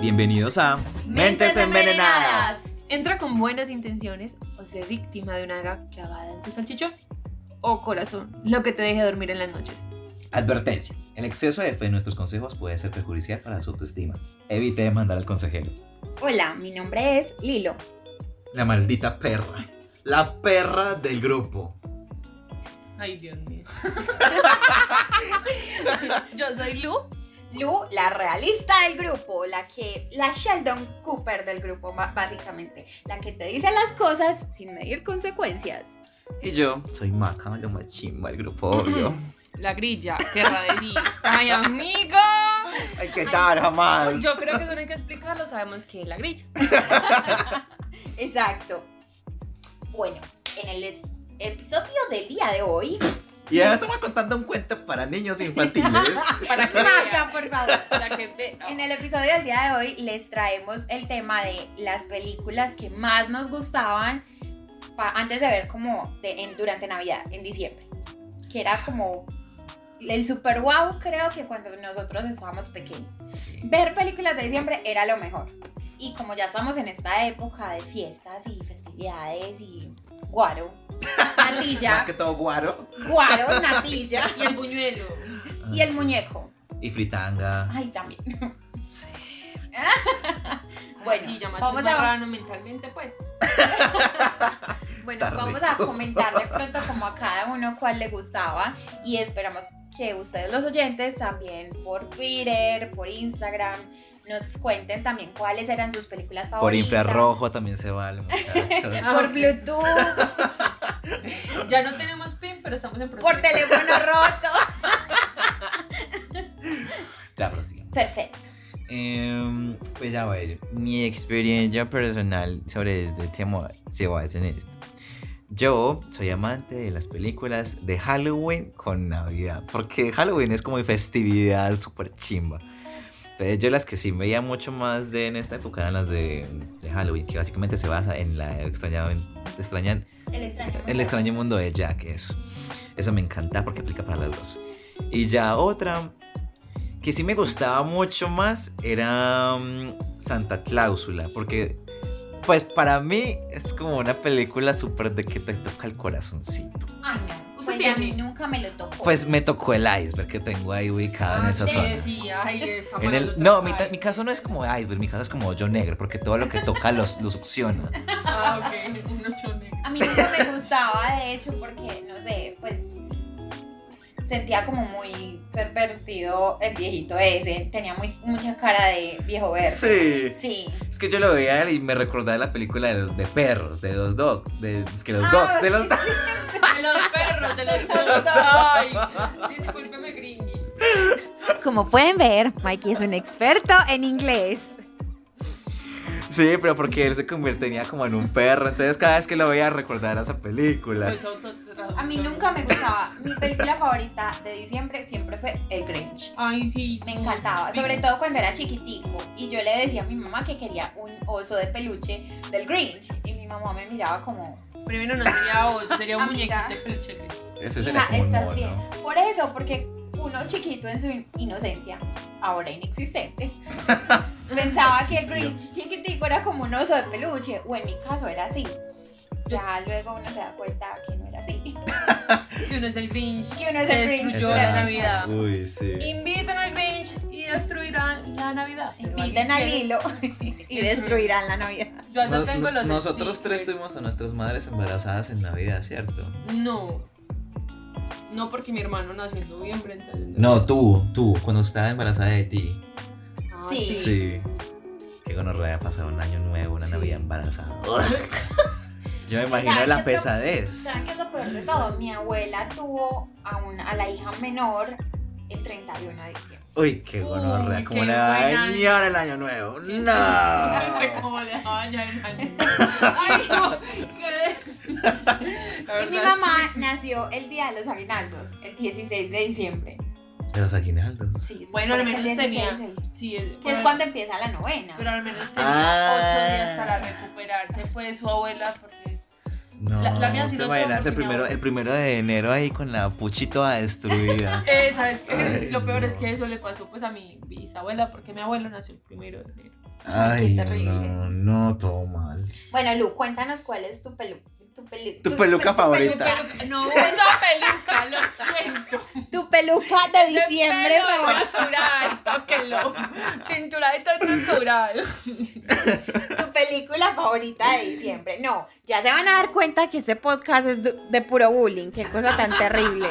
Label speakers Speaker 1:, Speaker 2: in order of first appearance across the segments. Speaker 1: Bienvenidos a
Speaker 2: Mentes envenenadas. Entra con buenas intenciones o sé víctima de una daga clavada en tu salchichón o corazón, lo que te deje dormir en las noches.
Speaker 1: Advertencia. El exceso de fe en nuestros consejos puede ser perjudicial para su autoestima. Evite demandar al consejero.
Speaker 3: Hola, mi nombre es Lilo.
Speaker 1: La maldita perra. La perra del grupo.
Speaker 2: Ay, Dios mío. Yo soy Lu.
Speaker 3: Lu, la realista del grupo, la que, la Sheldon Cooper del grupo, ba- básicamente, la que te dice las cosas sin medir consecuencias.
Speaker 1: Y yo soy Maca, lo más chimba del grupo, obvio.
Speaker 2: La grilla, querrá decir. Ay, amigo.
Speaker 1: Ay, qué tal, jamás.
Speaker 2: Yo creo que eso no hay que explicarlo, sabemos que es la grilla.
Speaker 3: Exacto. Bueno, en el es- episodio del día de hoy,
Speaker 1: Y ahora estamos contando un cuento para niños infantiles.
Speaker 2: Para que
Speaker 3: Maca, por favor.
Speaker 2: Para que ve-
Speaker 3: En el episodio del día de hoy les traemos el tema de las películas que más nos gustaban pa- antes de ver como de- en- durante Navidad, en diciembre. Que era como el super wow, creo que cuando nosotros estábamos pequeños. Ver películas de diciembre era lo mejor. Y como ya estamos en esta época de fiestas y festividades y guaro,
Speaker 1: Más
Speaker 3: natilla,
Speaker 1: que todo guaro.
Speaker 3: guaro, natilla
Speaker 2: Y el buñuelo.
Speaker 3: y el muñeco.
Speaker 1: Ah, Y fritanga.
Speaker 3: Ay, también.
Speaker 1: Sí.
Speaker 3: Bueno,
Speaker 2: y llamar
Speaker 3: vamos a-
Speaker 2: marrano mentalmente, pues.
Speaker 3: Bueno,
Speaker 1: Está
Speaker 3: vamos a comentar de pronto como a cada uno cuál le gustaba y esperamos que ustedes los oyentes también por Twitter, por Instagram, nos cuenten también cuáles eran sus películas
Speaker 1: Por
Speaker 3: favoritas.
Speaker 1: infrarrojo también se vale, muchachos.
Speaker 3: Por
Speaker 2: Ah, ok.
Speaker 3: Bluetooth,
Speaker 2: Ya no tenemos PIN, pero estamos en proceso.
Speaker 3: por teléfono roto.
Speaker 1: Ya, prosigamos.
Speaker 3: Perfecto.
Speaker 1: Em, pues ya va a ver, mi experiencia personal sobre este tema se basa en esto. Yo soy amante de las películas de Halloween con Navidad, porque Halloween es como mi festividad súper chimba. Entonces yo las que sí veía mucho más de en esta época eran las de, de Halloween, que básicamente se basa en la extraña, extrañan
Speaker 3: El extraño.
Speaker 1: el extraño mundo de Jack, eso. Eso me encanta porque aplica para las dos. Y ya otra que sí me gustaba mucho más era mm, Santa Cláusula, porque pues para mí es como una película súper de que te toca el corazoncito.
Speaker 3: Ay, no.
Speaker 2: Usted
Speaker 3: Pues
Speaker 2: tiene.
Speaker 3: a mí nunca me lo tocó.
Speaker 1: Pues me tocó el iceberg que tengo ahí ubicado en
Speaker 2: Oh. Ah,
Speaker 1: esa
Speaker 2: sí,
Speaker 1: zona.
Speaker 2: sí, ay, estamos
Speaker 1: En el-
Speaker 2: hablando
Speaker 1: no,
Speaker 2: otra
Speaker 1: mi, ta-
Speaker 2: vez.
Speaker 1: mi caso no es como iceberg, mi caso es como hoyo negro, porque todo lo que toca lo, lo succiona.
Speaker 2: Ah, ok, un ocho negro.
Speaker 3: A mí nunca me gustaba, de hecho, porque, no sé, pues sentía como muy pervertido el viejito ese. Tenía muy, mucha cara de viejo
Speaker 1: Sí.
Speaker 3: verde. Sí.
Speaker 1: Es que yo lo veía y me recordaba la película de, los- de perros, de los dogs, de es que los dogs, de los dogs.
Speaker 2: De los perros, de los perros. Ay, discúlpeme, gringy.
Speaker 3: Como pueden ver, Mikey es un experto en inglés.
Speaker 1: Sí, pero porque él se convertía como en un perro, entonces cada vez que lo veía recordaba esa película.
Speaker 2: Pues autotraductor.
Speaker 3: A mí nunca me gustaba. Mi película favorita de diciembre siempre fue El Grinch.
Speaker 2: Ay, sí.
Speaker 3: Me encantaba, sobre todo cuando era chiquitico. Y yo le decía a mi mamá que quería un oso de peluche del Grinch. Y mi mamá me miraba como,
Speaker 2: Primero no sería vos, sería un
Speaker 3: Amiga.
Speaker 2: muñequito de peluche.
Speaker 1: Eso
Speaker 3: Hija, estás bien. Por eso, porque uno chiquito en su in- inocencia, ahora inexistente, pensaba que el Grinch chiquitico era como un oso de peluche, o en mi caso era así. Ya luego uno se da cuenta que no era así.
Speaker 2: Que uno es el Grinch.
Speaker 3: Que uno es el
Speaker 2: Se
Speaker 3: Grinch.
Speaker 2: destruyó
Speaker 3: Exacto.
Speaker 2: Pues la Navidad.
Speaker 1: Uy, sí.
Speaker 2: Invitan al Grinch y destruirán la Navidad.
Speaker 3: Invitan al hilo y destruirán la Navidad.
Speaker 2: Yo hasta tengo los
Speaker 1: nosotros tres
Speaker 2: stickers.
Speaker 1: tuvimos a nuestras madres embarazadas en Navidad, ¿cierto?
Speaker 2: No. No, porque mi hermano nació en noviembre, entonces.
Speaker 1: No, tú, tú, cuando estaba embarazada de ti.
Speaker 2: Ah,
Speaker 3: Sí.
Speaker 1: Que gonorrea pasado un año nuevo, una
Speaker 2: Sí.
Speaker 1: Navidad embarazada. Yo me imagino
Speaker 3: ¿Sabes
Speaker 1: la
Speaker 3: qué?
Speaker 1: pesadez.
Speaker 3: ¿Saben qué es lo peor de todo? Mi abuela tuvo a, una- a la hija menor el 31 de diciembre.
Speaker 1: Uy, qué
Speaker 2: Uy,
Speaker 1: gonorrea, como le
Speaker 2: qué buen
Speaker 1: va a
Speaker 2: año.
Speaker 1: dañar el año nuevo. ¡No!
Speaker 2: Como le daba ya el año. Ay, no. qué- La
Speaker 3: Y mi
Speaker 2: verdad,
Speaker 3: mamá nació el día de los aguinaldos, el 16 de diciembre.
Speaker 1: De los aguinaldos.
Speaker 3: Sí,
Speaker 2: Bueno, al
Speaker 3: porque el
Speaker 2: menos
Speaker 3: 16 es
Speaker 2: tenía-
Speaker 3: el-
Speaker 2: Sí, es,
Speaker 3: Que es Pues cuando empieza la novena.
Speaker 2: Pero al menos tenía
Speaker 1: Ah.
Speaker 2: ocho días para recuperarse, pues su abuela, porque
Speaker 1: No,
Speaker 2: La- la mía ha
Speaker 1: usted
Speaker 2: sido
Speaker 1: imagina,
Speaker 2: todo
Speaker 1: ese
Speaker 2: porque mi
Speaker 1: primero,
Speaker 2: abuela-
Speaker 1: el primero de enero ahí con la puchito destruida.
Speaker 2: Eh, ¿sabes qué?
Speaker 1: Ay,
Speaker 2: Lo peor
Speaker 1: no.
Speaker 2: es que eso le pasó pues a mi bisabuela, porque mi abuelo nació el primero de enero.
Speaker 1: Ay,
Speaker 3: qué terrible.
Speaker 1: no, no, todo mal.
Speaker 3: Bueno, Lu, cuéntanos cuál es tu pelu tu, peli-
Speaker 1: Tu peluca
Speaker 3: pe-
Speaker 1: favorita.
Speaker 2: Peluca- No usa peluca, lo siento.
Speaker 3: Tu peluca de
Speaker 2: De
Speaker 3: diciembre
Speaker 2: pelo
Speaker 3: favorita.
Speaker 2: natural, tóquelo. Tinturadito es natural.
Speaker 3: Tu película favorita de diciembre. No, ya se van a dar cuenta que este podcast es du- de puro bullying. Qué cosa tan terrible.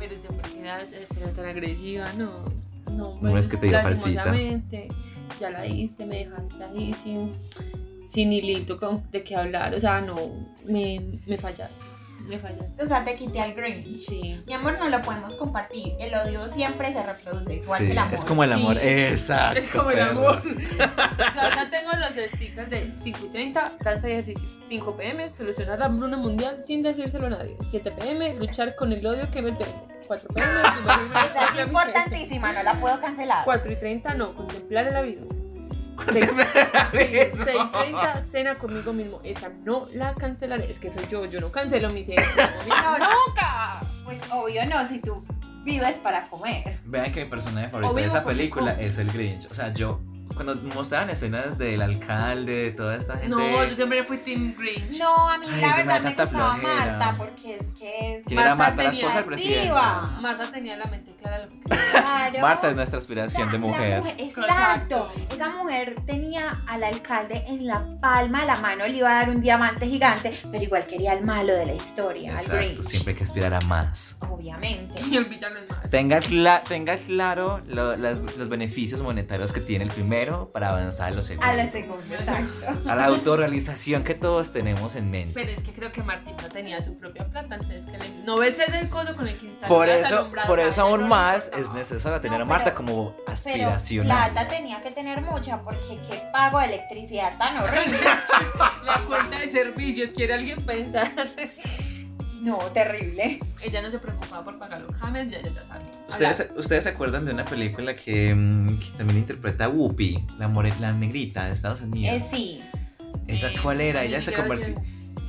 Speaker 2: Pero esa oportunidad eh, pero tan agresiva, no. No,
Speaker 1: No es que te diga falsita.
Speaker 2: lastimosamente, Ya la hice, me dejaste ahí sin, sin hilito con- de qué hablar. O sea, no, me, me fallaste. Me fallaste.
Speaker 3: O sea, te quité al Grinch.
Speaker 2: Sí.
Speaker 3: Mi amor, no lo podemos compartir. El odio siempre se reproduce, igual
Speaker 1: Sí,
Speaker 3: que el amor.
Speaker 1: es como el amor.
Speaker 2: Sí.
Speaker 1: Exacto.
Speaker 2: Es como el
Speaker 1: perro.
Speaker 2: amor. Acá tengo los stickers de 5 y 30, danza y ejercicio. 5 pm, solucionar la hambruna mundial sin decírselo a nadie. 7 pm, luchar con el odio que me tengo. 4 pm, supervivir
Speaker 3: Esa
Speaker 2: a mi
Speaker 3: es
Speaker 2: jefe.
Speaker 3: importantísima, no la puedo cancelar.
Speaker 2: 4 y 30, no, contemplar el abismo. Seis-
Speaker 1: abismo.
Speaker 2: 6:30, cena conmigo mismo. Esa no la cancelaré. Es que soy yo, yo no cancelo mi cena. conmigo mismo.
Speaker 3: No, nunca. Pues obvio no, si tú vives para comer.
Speaker 1: Vean que mi personaje favorito de
Speaker 2: Obvio,
Speaker 1: esa
Speaker 2: porque-
Speaker 1: película es el Grinch. O sea, yo, cuando mostraban escenas del alcalde, de toda esta gente.
Speaker 2: No, yo siempre fui Team Grinch.
Speaker 3: No, a mí
Speaker 1: Ay,
Speaker 3: la
Speaker 1: eso me da
Speaker 3: verdad me,
Speaker 1: tanta
Speaker 3: gustaba
Speaker 1: flojera.
Speaker 3: Marta porque es que es
Speaker 1: ¿Quién era
Speaker 2: Marta
Speaker 1: Marta, la esposa del presidente?
Speaker 3: activa.
Speaker 2: Marta tenía la mente clara lo que quería.
Speaker 3: claro.
Speaker 1: Marta es nuestra aspiración
Speaker 3: La-
Speaker 1: de
Speaker 3: la
Speaker 1: mujer.
Speaker 3: Exacto.
Speaker 2: Exacto.
Speaker 3: Esa mujer tenía al alcalde en la palma de la mano, le iba a dar un diamante gigante, pero igual quería al malo de la historia, al
Speaker 1: Exacto,
Speaker 3: Grinch.
Speaker 1: siempre hay que aspirar a más.
Speaker 3: Obviamente.
Speaker 2: Y el villano es más.
Speaker 1: Tenga, cla- tenga claro lo- las- los beneficios monetarios que tiene el primero para avanzar a los
Speaker 3: A la
Speaker 1: segundos.
Speaker 3: segunda, exacto.
Speaker 1: A la autorrealización que todos tenemos en mente.
Speaker 2: Pero es que creo que Martita tenía su propia plata, entonces que le- no ves ese codo con el que instala
Speaker 1: Por
Speaker 2: las
Speaker 1: eso,
Speaker 2: alumbradas,
Speaker 1: por eso
Speaker 2: a ella
Speaker 1: aún
Speaker 2: no le
Speaker 1: más
Speaker 2: importaba.
Speaker 1: es necesario tener
Speaker 3: No,
Speaker 1: a Marta
Speaker 3: pero-
Speaker 1: como
Speaker 3: Pero
Speaker 1: aspiracional.
Speaker 3: plata tenía que tener mucha porque qué pago de electricidad tan horrible.
Speaker 2: La cuenta de servicios, quiere alguien pensar.
Speaker 3: No, terrible.
Speaker 2: ella no se preocupaba por pagar los james, ya, ya, ya sabía.
Speaker 1: ¿Ustedes, ¿Ustedes se acuerdan de una película que, mm, que también interpreta a Whoopi, la, more- la negrita de Estados Unidos?
Speaker 3: Eh, sí,
Speaker 1: ¿Esa cuál era? Ella se convirtió.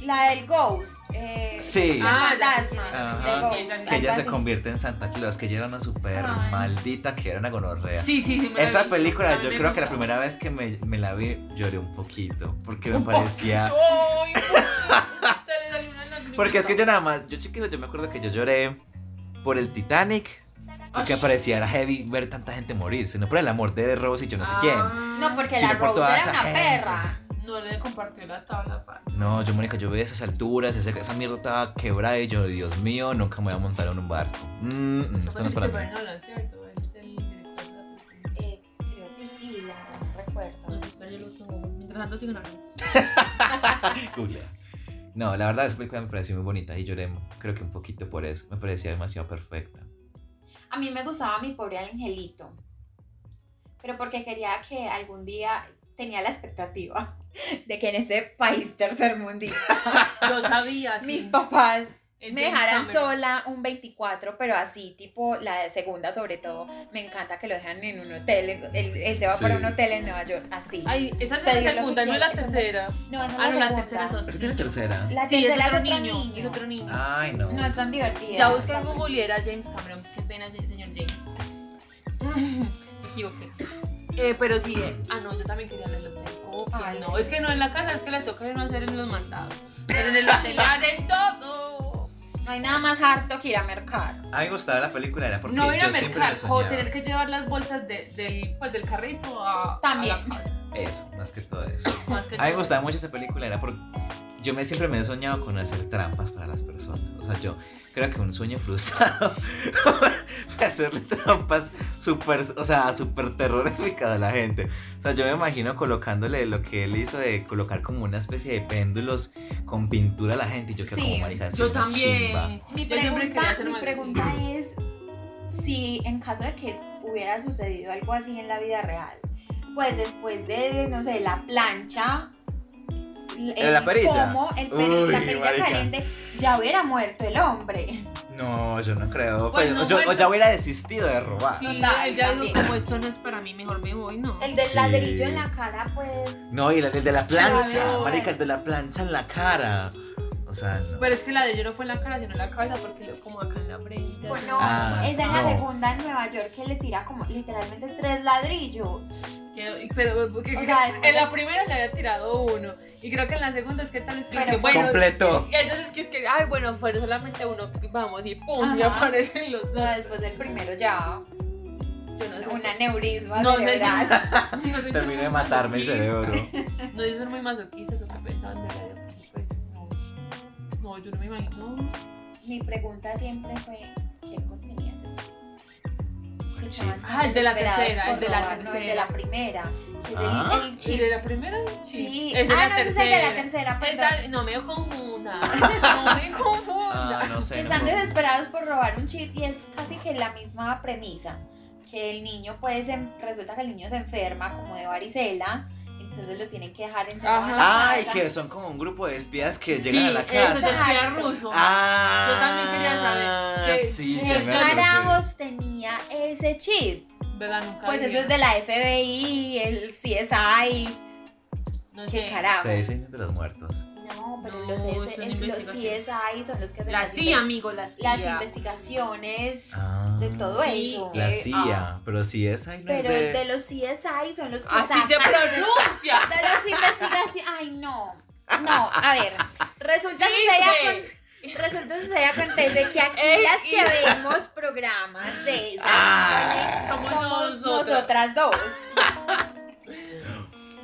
Speaker 3: la del ghost. eh,
Speaker 1: Sí.
Speaker 3: el
Speaker 2: Ah, la
Speaker 3: fantasma.
Speaker 1: Ajá.
Speaker 3: de ghost,
Speaker 2: Sí, esa sí.
Speaker 1: Que ella
Speaker 3: algo
Speaker 1: se
Speaker 3: así.
Speaker 1: convierte en Santa Claus, que ella era una super
Speaker 3: Ay.
Speaker 1: maldita, que era una gonorrea.
Speaker 2: Sí, sí, sí. me la he
Speaker 1: Esa
Speaker 2: visto,
Speaker 1: película, yo
Speaker 2: también me
Speaker 1: creo que la
Speaker 2: gusta.
Speaker 1: primera vez que me, me la vi lloré un poquito, porque me
Speaker 2: Un
Speaker 1: parecía...
Speaker 2: poquito, ay, por- se le salió una lagrimita.
Speaker 1: Porque es que yo nada más, yo chiquito, yo me acuerdo que yo lloré por el Titanic, porque
Speaker 2: Ay.
Speaker 1: me parecía era heavy ver tanta gente morir, sino por el amor de Rose y yo no sé quién.
Speaker 2: Ah,
Speaker 3: No, porque
Speaker 1: Sí,
Speaker 3: la
Speaker 1: no por
Speaker 3: Rose
Speaker 1: toda
Speaker 3: era
Speaker 1: esa
Speaker 3: una
Speaker 1: gente.
Speaker 3: perra.
Speaker 2: No le compartió la tabla para.
Speaker 1: No, yo, marica, yo veía esas alturas, esa, esa mierda estaba quebrada y yo, Dios mío, nunca me voy a montar en un barco. Mm, mm, esto no es para mí.
Speaker 2: ¿cierto? Es el director de la película.
Speaker 3: Eh, creo que sí, la verdad, no recuerdo.
Speaker 2: No sé, espera, yo lo tengo. Mientras tanto, sigan hablando.
Speaker 1: Googlea. No, la verdad, esa película me pareció muy bonita y lloré, creo que un poquito por eso. Me parecía demasiado perfecta.
Speaker 3: A mí me gustaba mi pobre angelito. Pero porque quería que algún día tenía la expectativa de que en ese país tercermundista
Speaker 2: Yo sabía, sí.
Speaker 3: mis papás
Speaker 2: Es
Speaker 3: me
Speaker 2: James
Speaker 3: dejaran
Speaker 2: Cameron.
Speaker 3: sola un 24, pero así, tipo la segunda sobre todo. Me encanta que lo dejan en un hotel. en- Él, él se va
Speaker 1: Sí.
Speaker 3: para un hotel en Nueva York, así.
Speaker 2: Ay, esa es
Speaker 3: Pedir lo
Speaker 2: la
Speaker 3: que
Speaker 2: segunda, no es la
Speaker 3: quieras, esa
Speaker 2: tercera.
Speaker 3: No,
Speaker 2: Ah,
Speaker 3: esa es
Speaker 2: no,
Speaker 3: la,
Speaker 2: la tercera
Speaker 3: segunda.
Speaker 2: es otra.
Speaker 1: tercera? Ah,
Speaker 3: La
Speaker 2: Sí, es
Speaker 3: tercera
Speaker 2: otro
Speaker 3: es otro
Speaker 2: niño.
Speaker 3: niño.
Speaker 2: Es otro niño.
Speaker 1: Ay, no.
Speaker 3: No es tan divertida.
Speaker 2: Ya busca en Google y era James Cameron. Qué pena, je- señor James. Me equivoqué. Eh, pero sí, eh, ah, no, yo también quería ver el hotel. Oh, que
Speaker 3: Ay,
Speaker 2: no,
Speaker 3: sí.
Speaker 2: es que no en la casa, es que le toca no hacer en los mandados. Pero en el hotel hacen todo.
Speaker 3: No hay nada más harto que ir a mercar.
Speaker 1: A mí me gustaba la película, era porque
Speaker 2: no ir a
Speaker 1: yo siempre
Speaker 2: mercar
Speaker 1: lo
Speaker 2: o
Speaker 1: soñaba.
Speaker 2: tener que llevar las bolsas de- del, pues, del carrito a.
Speaker 3: También.
Speaker 2: a la casa,
Speaker 1: Eso, más que todo eso.
Speaker 2: más que
Speaker 1: A mí me
Speaker 2: todo.
Speaker 1: gustaba mucho esa película, era porque yo me, siempre me he soñado con hacer trampas para las personas. O sea, yo creo que un sueño frustrado fue hacerle trampas súper, o sea, súper terroríficas a la gente. O sea, yo me imagino colocándole lo que él hizo de colocar como una especie de péndulos con pintura a la gente y yo que
Speaker 3: Sí,
Speaker 1: como marica, eso
Speaker 2: Yo
Speaker 1: es una chimba.
Speaker 2: también.
Speaker 3: Mi
Speaker 2: Yo siempre quería
Speaker 3: pregunta,
Speaker 2: hacer
Speaker 3: mi
Speaker 2: algo así.
Speaker 3: pregunta es si en caso de que hubiera sucedido algo así en la vida real, pues después de, no sé, la plancha, el
Speaker 1: la perilla?
Speaker 3: pomo, el peri-
Speaker 1: Uy,
Speaker 3: la perilla
Speaker 1: marica.
Speaker 3: caliente, ya hubiera muerto el hombre.
Speaker 1: No, yo no creo.
Speaker 2: Pues
Speaker 1: Pues,
Speaker 2: no,
Speaker 1: o yo- o
Speaker 2: bueno.
Speaker 1: ya hubiera desistido de robar.
Speaker 2: Sí,
Speaker 3: Total,
Speaker 2: él ya
Speaker 3: también.
Speaker 2: dijo, como esto no es para mí, mejor me voy, ¿no?
Speaker 3: El del
Speaker 1: Sí.
Speaker 3: ladrillo en la cara, pues...
Speaker 1: No, y el, el de la plancha,
Speaker 2: Claro.
Speaker 1: marica, el de la plancha en la cara. O sea, no.
Speaker 2: Pero es que la de yo no fue en la cara, sino en la cabeza, porque lo como acá en la frente.
Speaker 3: Pues
Speaker 2: así.
Speaker 3: no,
Speaker 1: Ah,
Speaker 3: esa es la
Speaker 1: no.
Speaker 3: segunda en Nueva York que le tira como literalmente tres ladrillos.
Speaker 2: Que- pero porque
Speaker 3: O sea, después
Speaker 2: en la
Speaker 3: de-
Speaker 2: primera le había tirado uno. Y creo que en la segunda es que tal es que
Speaker 3: Pero
Speaker 2: dice,
Speaker 3: fue-
Speaker 2: bueno.
Speaker 1: Completo.
Speaker 2: y entonces que es que, ay, bueno, fueron solamente uno. y Vamos, y pum, y
Speaker 3: Ajá.
Speaker 2: aparecen los dos.
Speaker 3: No, después del primero ya
Speaker 2: Yo no sé.
Speaker 3: un aneurisma
Speaker 2: No sé
Speaker 3: cerebral.
Speaker 2: si. no sé si
Speaker 1: Termino
Speaker 2: son
Speaker 1: de
Speaker 2: muy
Speaker 1: matarme el
Speaker 2: masoquistas.
Speaker 1: cerebro.
Speaker 2: No, ellos son muy masoquistas, lo que pensaban de la vida. Pues, no. No, yo no me imagino.
Speaker 3: Mi pregunta siempre fue, ¿qué contenía ese chip? Que
Speaker 1: Sí.
Speaker 3: estaban
Speaker 2: Ah, el de la
Speaker 3: desesperados
Speaker 2: tercera,
Speaker 3: por
Speaker 2: el de la
Speaker 3: robar, No, el de la primera. que es el-
Speaker 1: Ah.
Speaker 3: el
Speaker 2: ¿Y
Speaker 3: chip.
Speaker 2: de la primera?
Speaker 3: Sí.
Speaker 2: Es de
Speaker 3: ah,
Speaker 2: la
Speaker 3: no, ese es
Speaker 2: tercera.
Speaker 3: el de la tercera, pues, perdón.
Speaker 2: Esa- no me confunda. No me confunda.
Speaker 1: Ah, no sé.
Speaker 3: Que
Speaker 1: no
Speaker 3: están
Speaker 1: puedo.
Speaker 3: desesperados por robar un chip y es casi que la misma premisa. Que el niño, pues, em- resulta que el niño se enferma como de varicela, entonces lo tienen que dejar encerrado. en la
Speaker 2: Ajá.
Speaker 1: Ay,
Speaker 3: casa.
Speaker 1: que son como un grupo de espías que llegan a la
Speaker 2: Eso
Speaker 1: casa.
Speaker 2: ya era ruso.
Speaker 1: Ah,
Speaker 2: Yo también quería saber que-
Speaker 1: Sí,
Speaker 3: ¿Qué
Speaker 1: ya me acordé.
Speaker 3: carajos tenía ese chip?
Speaker 2: ¿Verdad? Nunca
Speaker 3: Pues
Speaker 2: vi.
Speaker 3: eso es de la FBI, el CSI.
Speaker 2: No
Speaker 3: ¿Qué
Speaker 2: sé.
Speaker 3: carajo?
Speaker 1: Seis años de los muertos.
Speaker 3: No, pero
Speaker 2: No,
Speaker 3: los,
Speaker 2: es
Speaker 3: CS
Speaker 2: una
Speaker 3: el- los
Speaker 2: investigación.
Speaker 3: CSI son los que hacen
Speaker 2: La
Speaker 3: las
Speaker 2: CIA,
Speaker 3: inves-
Speaker 2: amigo, la CIA.
Speaker 3: las investigaciones
Speaker 1: Ah.
Speaker 3: de todo
Speaker 2: Sí,
Speaker 3: eso.
Speaker 1: La
Speaker 2: Eh,
Speaker 1: CIA, pero si esa no
Speaker 3: Pero
Speaker 1: es de...
Speaker 3: de los CSI son los que
Speaker 2: Ah, Así
Speaker 3: sacan
Speaker 2: se pronuncia.
Speaker 3: de las investigaciones. Ay, no. No, a ver. Resulta que
Speaker 2: Sí,
Speaker 3: se Resulta que se acontece que aquí
Speaker 2: Ey,
Speaker 3: las
Speaker 2: y-
Speaker 3: que vemos programas de esas
Speaker 1: Ah.
Speaker 2: Somos
Speaker 3: somos
Speaker 2: nosotras.
Speaker 3: nosotras dos.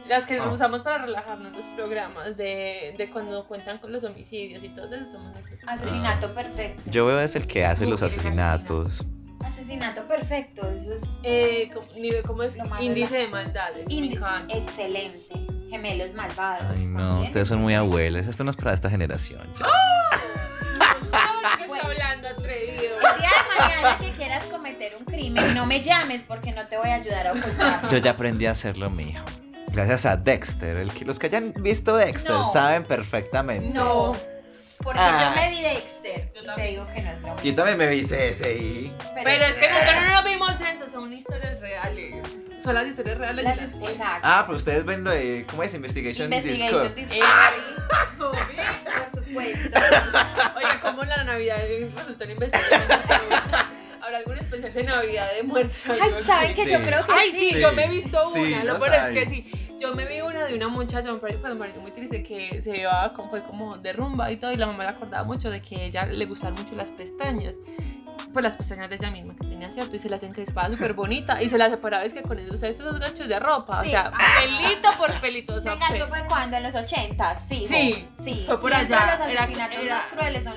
Speaker 2: Las que
Speaker 1: Ah.
Speaker 2: usamos para relajarnos los programas de, de cuando cuentan con los homicidios y todo eso somos nosotros.
Speaker 3: Ah, Asesinato perfecto.
Speaker 1: Yo veo es el que hace los
Speaker 2: Mujeres
Speaker 1: asesinatos.
Speaker 3: Asesinato perfecto, eso es
Speaker 2: Eh, ¿cómo, nivel- cómo es?
Speaker 3: Lo más
Speaker 2: Índice de maldades.
Speaker 3: Indi-
Speaker 2: Me encanta.
Speaker 3: Excelente. Gemelos malvados.
Speaker 1: Ay, no,
Speaker 3: también.
Speaker 1: ustedes son muy abuelas. Esto no es para esta generación. ya.
Speaker 3: Eh,
Speaker 2: ¿Sabes qué está
Speaker 3: Bueno.
Speaker 2: hablando atrevido?
Speaker 3: El día de mañana que quieras cometer un crimen, no me llames porque no te voy a ayudar a ocultarlo.
Speaker 1: Yo ya aprendí a hacerlo, mijo. Gracias a Dexter. El que, los que hayan visto Dexter
Speaker 3: No.
Speaker 1: saben perfectamente.
Speaker 2: No.
Speaker 3: Porque
Speaker 1: Ah.
Speaker 3: yo me vi
Speaker 2: Yo
Speaker 3: Dexter y te
Speaker 2: también.
Speaker 3: digo que no es trabajo.
Speaker 1: Yo también me vi CSI.
Speaker 2: Pero es que nosotros no nos vimos densos, son historias reales. Son las historias reales de
Speaker 3: Las-
Speaker 2: las cuentas.
Speaker 3: Exacto.
Speaker 1: Ah, pero ustedes ven lo de. ¿Cómo es? Investigation,
Speaker 3: Investigation
Speaker 1: Disco.
Speaker 3: Discovery.
Speaker 2: Ah.
Speaker 3: Por supuesto.
Speaker 2: Oye, ¿cómo la Navidad resultó en investigación? ¿Habrá algún especial de Navidad de muertos?
Speaker 3: Ay, ¿saben que yo
Speaker 1: Sí.
Speaker 3: creo que
Speaker 2: Ay, sí,
Speaker 3: sí?
Speaker 1: Sí.
Speaker 2: yo me he visto
Speaker 1: Sí,
Speaker 2: una, lo
Speaker 1: los
Speaker 2: peor es
Speaker 1: hay.
Speaker 2: que sí. Yo me vi una de una muchacha, me pare- pues, me pareció muy triste, que se llevaba, como, fue como de rumba y todo, y la mamá le acordaba mucho de que a ella le gustaban mucho las pestañas. Pues las pestañas de ella misma que tenía, ¿cierto? Y se las encrespaba súper bonita y se las separaba, es que con eso, o sea, esos ganchos de ropa,
Speaker 3: Sí. Ah.
Speaker 2: o sea, pelito por pelito, o sea,
Speaker 3: Venga,
Speaker 2: feo.
Speaker 3: eso fue cuando, en los 80s, fijo.
Speaker 2: Sí,
Speaker 3: sí.
Speaker 2: fue por
Speaker 3: Siempre
Speaker 2: allá,
Speaker 3: Los
Speaker 2: era-
Speaker 3: asesinatos
Speaker 2: era-
Speaker 3: más crueles son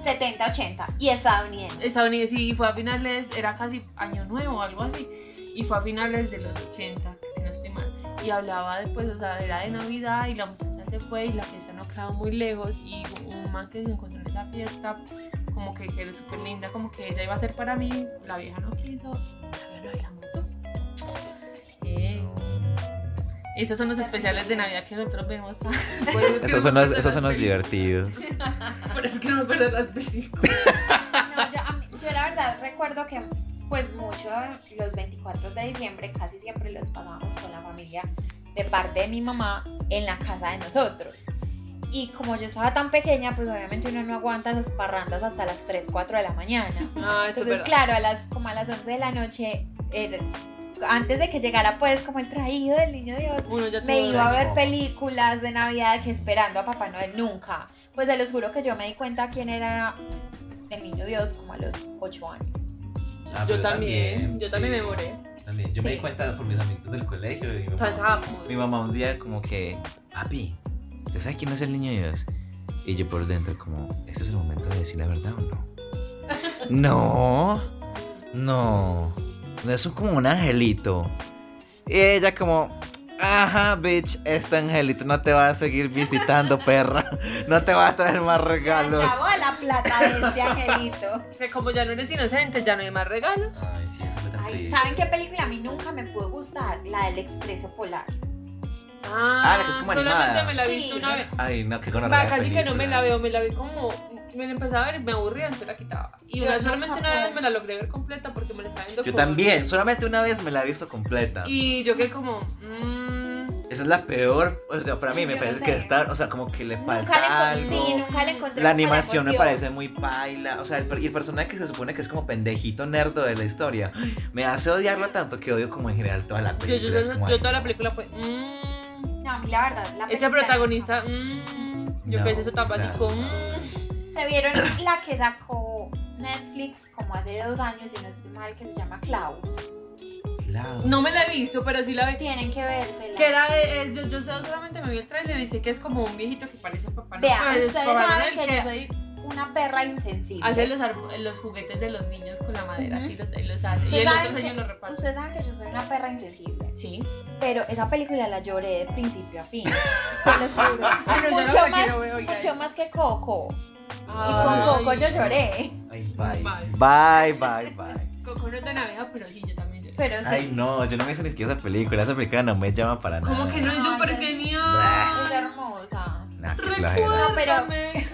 Speaker 3: 70, 80 y estadounidenses.
Speaker 2: estadounidense y fue a finales, era casi año nuevo o algo así, y fue a finales de los 80, si no estoy mal, y hablaba después, o sea, era de Navidad y la muchacha se fue y la fiesta no quedaba muy lejos y un man que se encontró en esa fiesta, como que, que era súper linda, como que ella iba a ser para mí, la vieja no quiso, la vieja no la moto. Eh, Esos son los especiales de Navidad que nosotros vemos. Por eso es que
Speaker 1: Esos
Speaker 2: no
Speaker 1: son
Speaker 2: me
Speaker 1: los,
Speaker 2: acuerdo
Speaker 1: esos son
Speaker 2: las
Speaker 1: los
Speaker 2: películas.
Speaker 1: divertidos.
Speaker 2: Por eso es que no me acuerdo de las películas.
Speaker 3: No, yo, a mí- yo la verdad recuerdo que pues mucho los 24 de diciembre casi siempre los pasábamos con la familia de parte de mi mamá en la casa de nosotros. Y como yo estaba tan pequeña, pues obviamente uno no aguanta esas parrandas hasta las 3, 4 de la mañana.
Speaker 2: Ah, eso es
Speaker 3: Entonces,
Speaker 2: verdad.
Speaker 3: claro, a las, como a las 11 de la noche, eh, antes de que llegara pues como el traído del niño Dios,
Speaker 2: Uno ya
Speaker 3: me
Speaker 2: tuvo
Speaker 3: iba a
Speaker 1: Ay,
Speaker 3: ver
Speaker 1: no.
Speaker 3: películas de Navidad que esperando a Papá Noel nunca. Pues se los juro que yo me di cuenta quién era el niño Dios como a los 8 años.
Speaker 1: Ah,
Speaker 2: yo
Speaker 1: pero
Speaker 2: también, yo también me
Speaker 1: sí,
Speaker 2: moré.
Speaker 1: También. Yo me di
Speaker 3: Sí.
Speaker 1: cuenta por mis amiguitos del colegio. y mi mamá-
Speaker 2: Pensábamos.
Speaker 1: Mi mamá un día como que, papi, ¿usted sabe quién es el niño Dios? Y yo por dentro como, ¿este es el momento de decir la verdad o no? no, no, no es un- como un angelito. Y ella como, ajá, bitch, este angelito no te va a seguir visitando, perra. No te va a traer más regalos.
Speaker 3: Acabó la plata de este angelito.
Speaker 2: O sea, como ya no eres inocente, ya no hay más regalos.
Speaker 1: Ay, sí, eso fue tan
Speaker 3: Ay,
Speaker 1: triste.
Speaker 3: ¿saben qué película a mí nunca me pudo gustar? La del Expreso Polar.
Speaker 2: Ah,
Speaker 1: la que es como
Speaker 2: solamente
Speaker 1: animada.
Speaker 2: me la he
Speaker 3: Sí.
Speaker 2: visto una vez.
Speaker 1: Ay, no, que con
Speaker 2: Va, casi que no me la veo, me la vi como. Me la empezaba a ver, me aburría, entonces la quitaba. Y
Speaker 3: Yo
Speaker 2: una,
Speaker 3: nunca
Speaker 2: solamente una
Speaker 3: pude.
Speaker 2: vez me la logré ver completa porque me la estaba viendo
Speaker 1: Yo
Speaker 2: con-
Speaker 1: también, solamente una vez me la he visto completa.
Speaker 2: Y yo quedé como. Mmm,
Speaker 1: Esa es la peor, o sea, para mí
Speaker 3: Yo
Speaker 1: me
Speaker 3: no
Speaker 1: parece
Speaker 3: sé.
Speaker 1: que está, o sea, como que le falta
Speaker 3: Nunca le,
Speaker 1: algo.
Speaker 3: encon- sí, nunca le encontré
Speaker 1: La
Speaker 3: como
Speaker 1: animación me
Speaker 3: emoción.
Speaker 1: parece muy paila. O sea, el, per- y el personaje que se supone que es como pendejito nerdo de la historia. Me hace odiarlo tanto que odio como en general toda la
Speaker 2: Yo,
Speaker 1: película.
Speaker 2: yo,
Speaker 1: es
Speaker 2: yo,
Speaker 1: como,
Speaker 2: yo
Speaker 1: ay,
Speaker 2: toda la
Speaker 1: no.
Speaker 2: película fue. Mmm,
Speaker 3: No, a mí la verdad. La
Speaker 2: ese
Speaker 3: película-
Speaker 2: protagonista. Mmm, yo
Speaker 1: No,
Speaker 2: pensé eso tan
Speaker 1: o sea,
Speaker 2: básico.
Speaker 1: no.
Speaker 2: mm.
Speaker 3: Se vieron la que sacó Netflix como hace dos años, y no estoy mal, que se llama Klaus.
Speaker 1: Claro.
Speaker 2: No me la he visto, pero sí la vi.
Speaker 3: Tienen que vérsela.
Speaker 2: Que era, eh, eh, yo, yo solamente me vi el trailer y sé que es como un viejito que parece un papá.
Speaker 3: Vean,
Speaker 2: Noel,
Speaker 3: ustedes
Speaker 2: Papá
Speaker 3: saben
Speaker 2: Noel
Speaker 3: que yo soy una perra insensible.
Speaker 2: Pues, hace los, ar- los juguetes de los niños con la madera,
Speaker 3: Ujú.
Speaker 2: así los, él los hace. Y
Speaker 3: Ustedes
Speaker 2: el otro
Speaker 3: saben
Speaker 2: señor
Speaker 3: que-
Speaker 2: los reparte.
Speaker 3: Ustedes saben que yo soy una perra insensible.
Speaker 2: Sí.
Speaker 3: Pero esa película la lloré de principio a fin. Se los juro.
Speaker 2: Pero yo Ah, no
Speaker 3: mucho,
Speaker 2: la
Speaker 3: más,
Speaker 2: quiero ver, oiga.
Speaker 3: mucho más que Coco. Y
Speaker 1: Ay.
Speaker 3: con Coco yo
Speaker 2: Ay.
Speaker 3: lloré.
Speaker 1: Ay, bye. Bye, bye, bye.
Speaker 2: Coco no es de Navidad, pero sí, yo también lloré.
Speaker 3: Pero sí.
Speaker 1: Ay, no, yo no me hice ni siquiera esa película. Esa película no me llama para nada.
Speaker 2: Como que no es
Speaker 3: Ay,
Speaker 2: súper
Speaker 3: pero- Es
Speaker 2: genial.
Speaker 3: hermosa.
Speaker 1: Nah, qué flojera.
Speaker 3: No, pero-
Speaker 2: Recuérdame.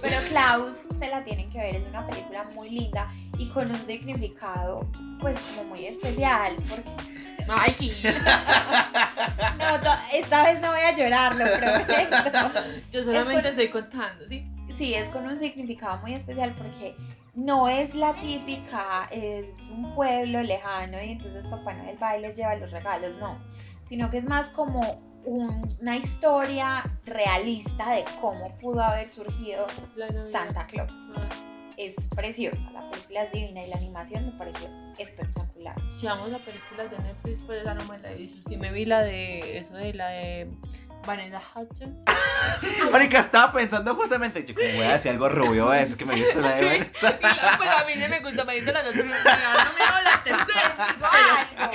Speaker 3: Pero Klaus se la tienen que ver, es una película muy linda y con un significado pues como muy especial. Porque
Speaker 2: Mikey.
Speaker 3: no, to- esta vez no voy a llorar, lo prometo.
Speaker 2: Yo solamente
Speaker 3: con-
Speaker 2: estoy contando, ¿sí?
Speaker 3: Sí, es con un significado muy especial porque no es la típica, es un pueblo lejano y entonces Papá Noel va y les lleva los regalos, no, sino que es más como un- una historia realista de cómo pudo haber surgido
Speaker 2: La Navidad.
Speaker 3: Santa Claus.
Speaker 2: Ah,
Speaker 3: es preciosa, la película es divina y la animación me pareció espectacular.
Speaker 2: Si amo las películas de Netflix, pues esa no me la he visto. Sí me vi la de eso de la de Vanessa Hutchins.
Speaker 1: Marica, estaba pensando justamente, yo como voy a decir algo rubio, es que me viste la
Speaker 2: Sí.
Speaker 1: de
Speaker 2: Y la- pues a mí se me gusta, me dice la dos primeras, y ahora no me hago la tercera.
Speaker 3: Digo algo,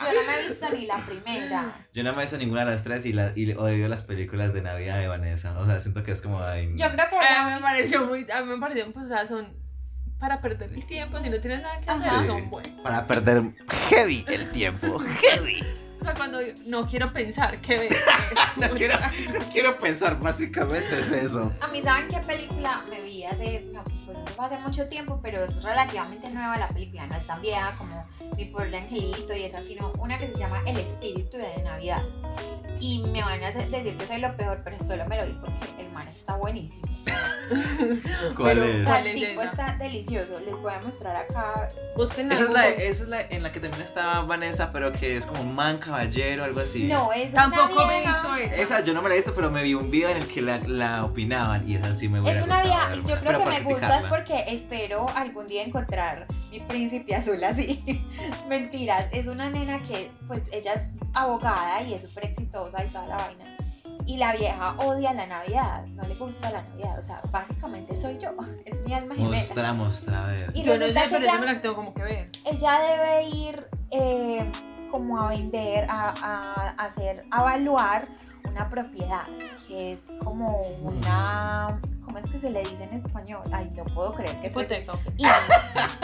Speaker 3: Yo no me he visto ni la primera.
Speaker 1: Yo no me hice ninguna de las tres y, la, y odio las películas de Navidad de Vanessa. O sea, siento que es como. Ay,
Speaker 3: Yo creo que
Speaker 2: A
Speaker 3: la
Speaker 2: mí me
Speaker 3: única-
Speaker 2: pareció muy, a mí me pareció, pues, o sea, son para perder el tiempo, si no tienes nada que hacer,
Speaker 1: Ah,
Speaker 3: Ajá.
Speaker 2: son buenas.
Speaker 1: Para perder heavy el tiempo. Heavy.
Speaker 2: O sea, cuando yo- no quiero pensar qué ver.
Speaker 1: No quiero, no quiero pensar, básicamente es eso.
Speaker 3: a mí saben qué película me vi hace, no, pues eso fue hace mucho tiempo, pero es relativamente nueva la película, no es tan vieja como Mi Pobre Angelito y esa, sino una que se llama El Espíritu de Navidad. Y me van a hacer- decir que soy lo peor, pero solo me lo vi porque el man está buenísimo.
Speaker 1: ¿Cuál
Speaker 2: Pero-
Speaker 1: es?
Speaker 3: O sea,
Speaker 2: ¿Cuál
Speaker 3: el
Speaker 2: es
Speaker 3: tipo
Speaker 2: esa?
Speaker 3: está delicioso, les voy a mostrar acá.
Speaker 2: Busquen
Speaker 1: Esa es, la, esa es la en la que también estaba Vanessa, pero que es como un man caballero, algo así.
Speaker 3: No, es una
Speaker 2: Tampoco me he
Speaker 3: vieja-
Speaker 2: visto eso.
Speaker 1: Esa yo no me la he visto, pero me vi un video en el que la, la opinaban y esa sí me hubiera
Speaker 3: Es una
Speaker 1: gustado
Speaker 3: vieja, y yo
Speaker 1: verla,
Speaker 3: creo
Speaker 1: pero
Speaker 3: que
Speaker 1: para
Speaker 3: me gusta es
Speaker 1: criticarla.
Speaker 3: porque espero algún día encontrar mi príncipe azul así. Mentiras, es una nena que, pues, ella es abogada y es súper exitosa y toda la vaina. Y la vieja odia la Navidad, no le gusta la Navidad, o sea, básicamente soy yo, es mi alma gemela.
Speaker 1: Mostra, mostra, a ver.
Speaker 3: Y
Speaker 2: Yo no sé,
Speaker 3: resulta que
Speaker 2: pero yo me
Speaker 3: ella,
Speaker 2: la tengo como que ver.
Speaker 3: ella debe ir eh, como a vender, a, a- a hacer, a evaluar una propiedad, que es como una... ¿Cómo es que se le dice en español? Ay, no puedo creer que fue
Speaker 2: Hipoteca. ok.
Speaker 3: y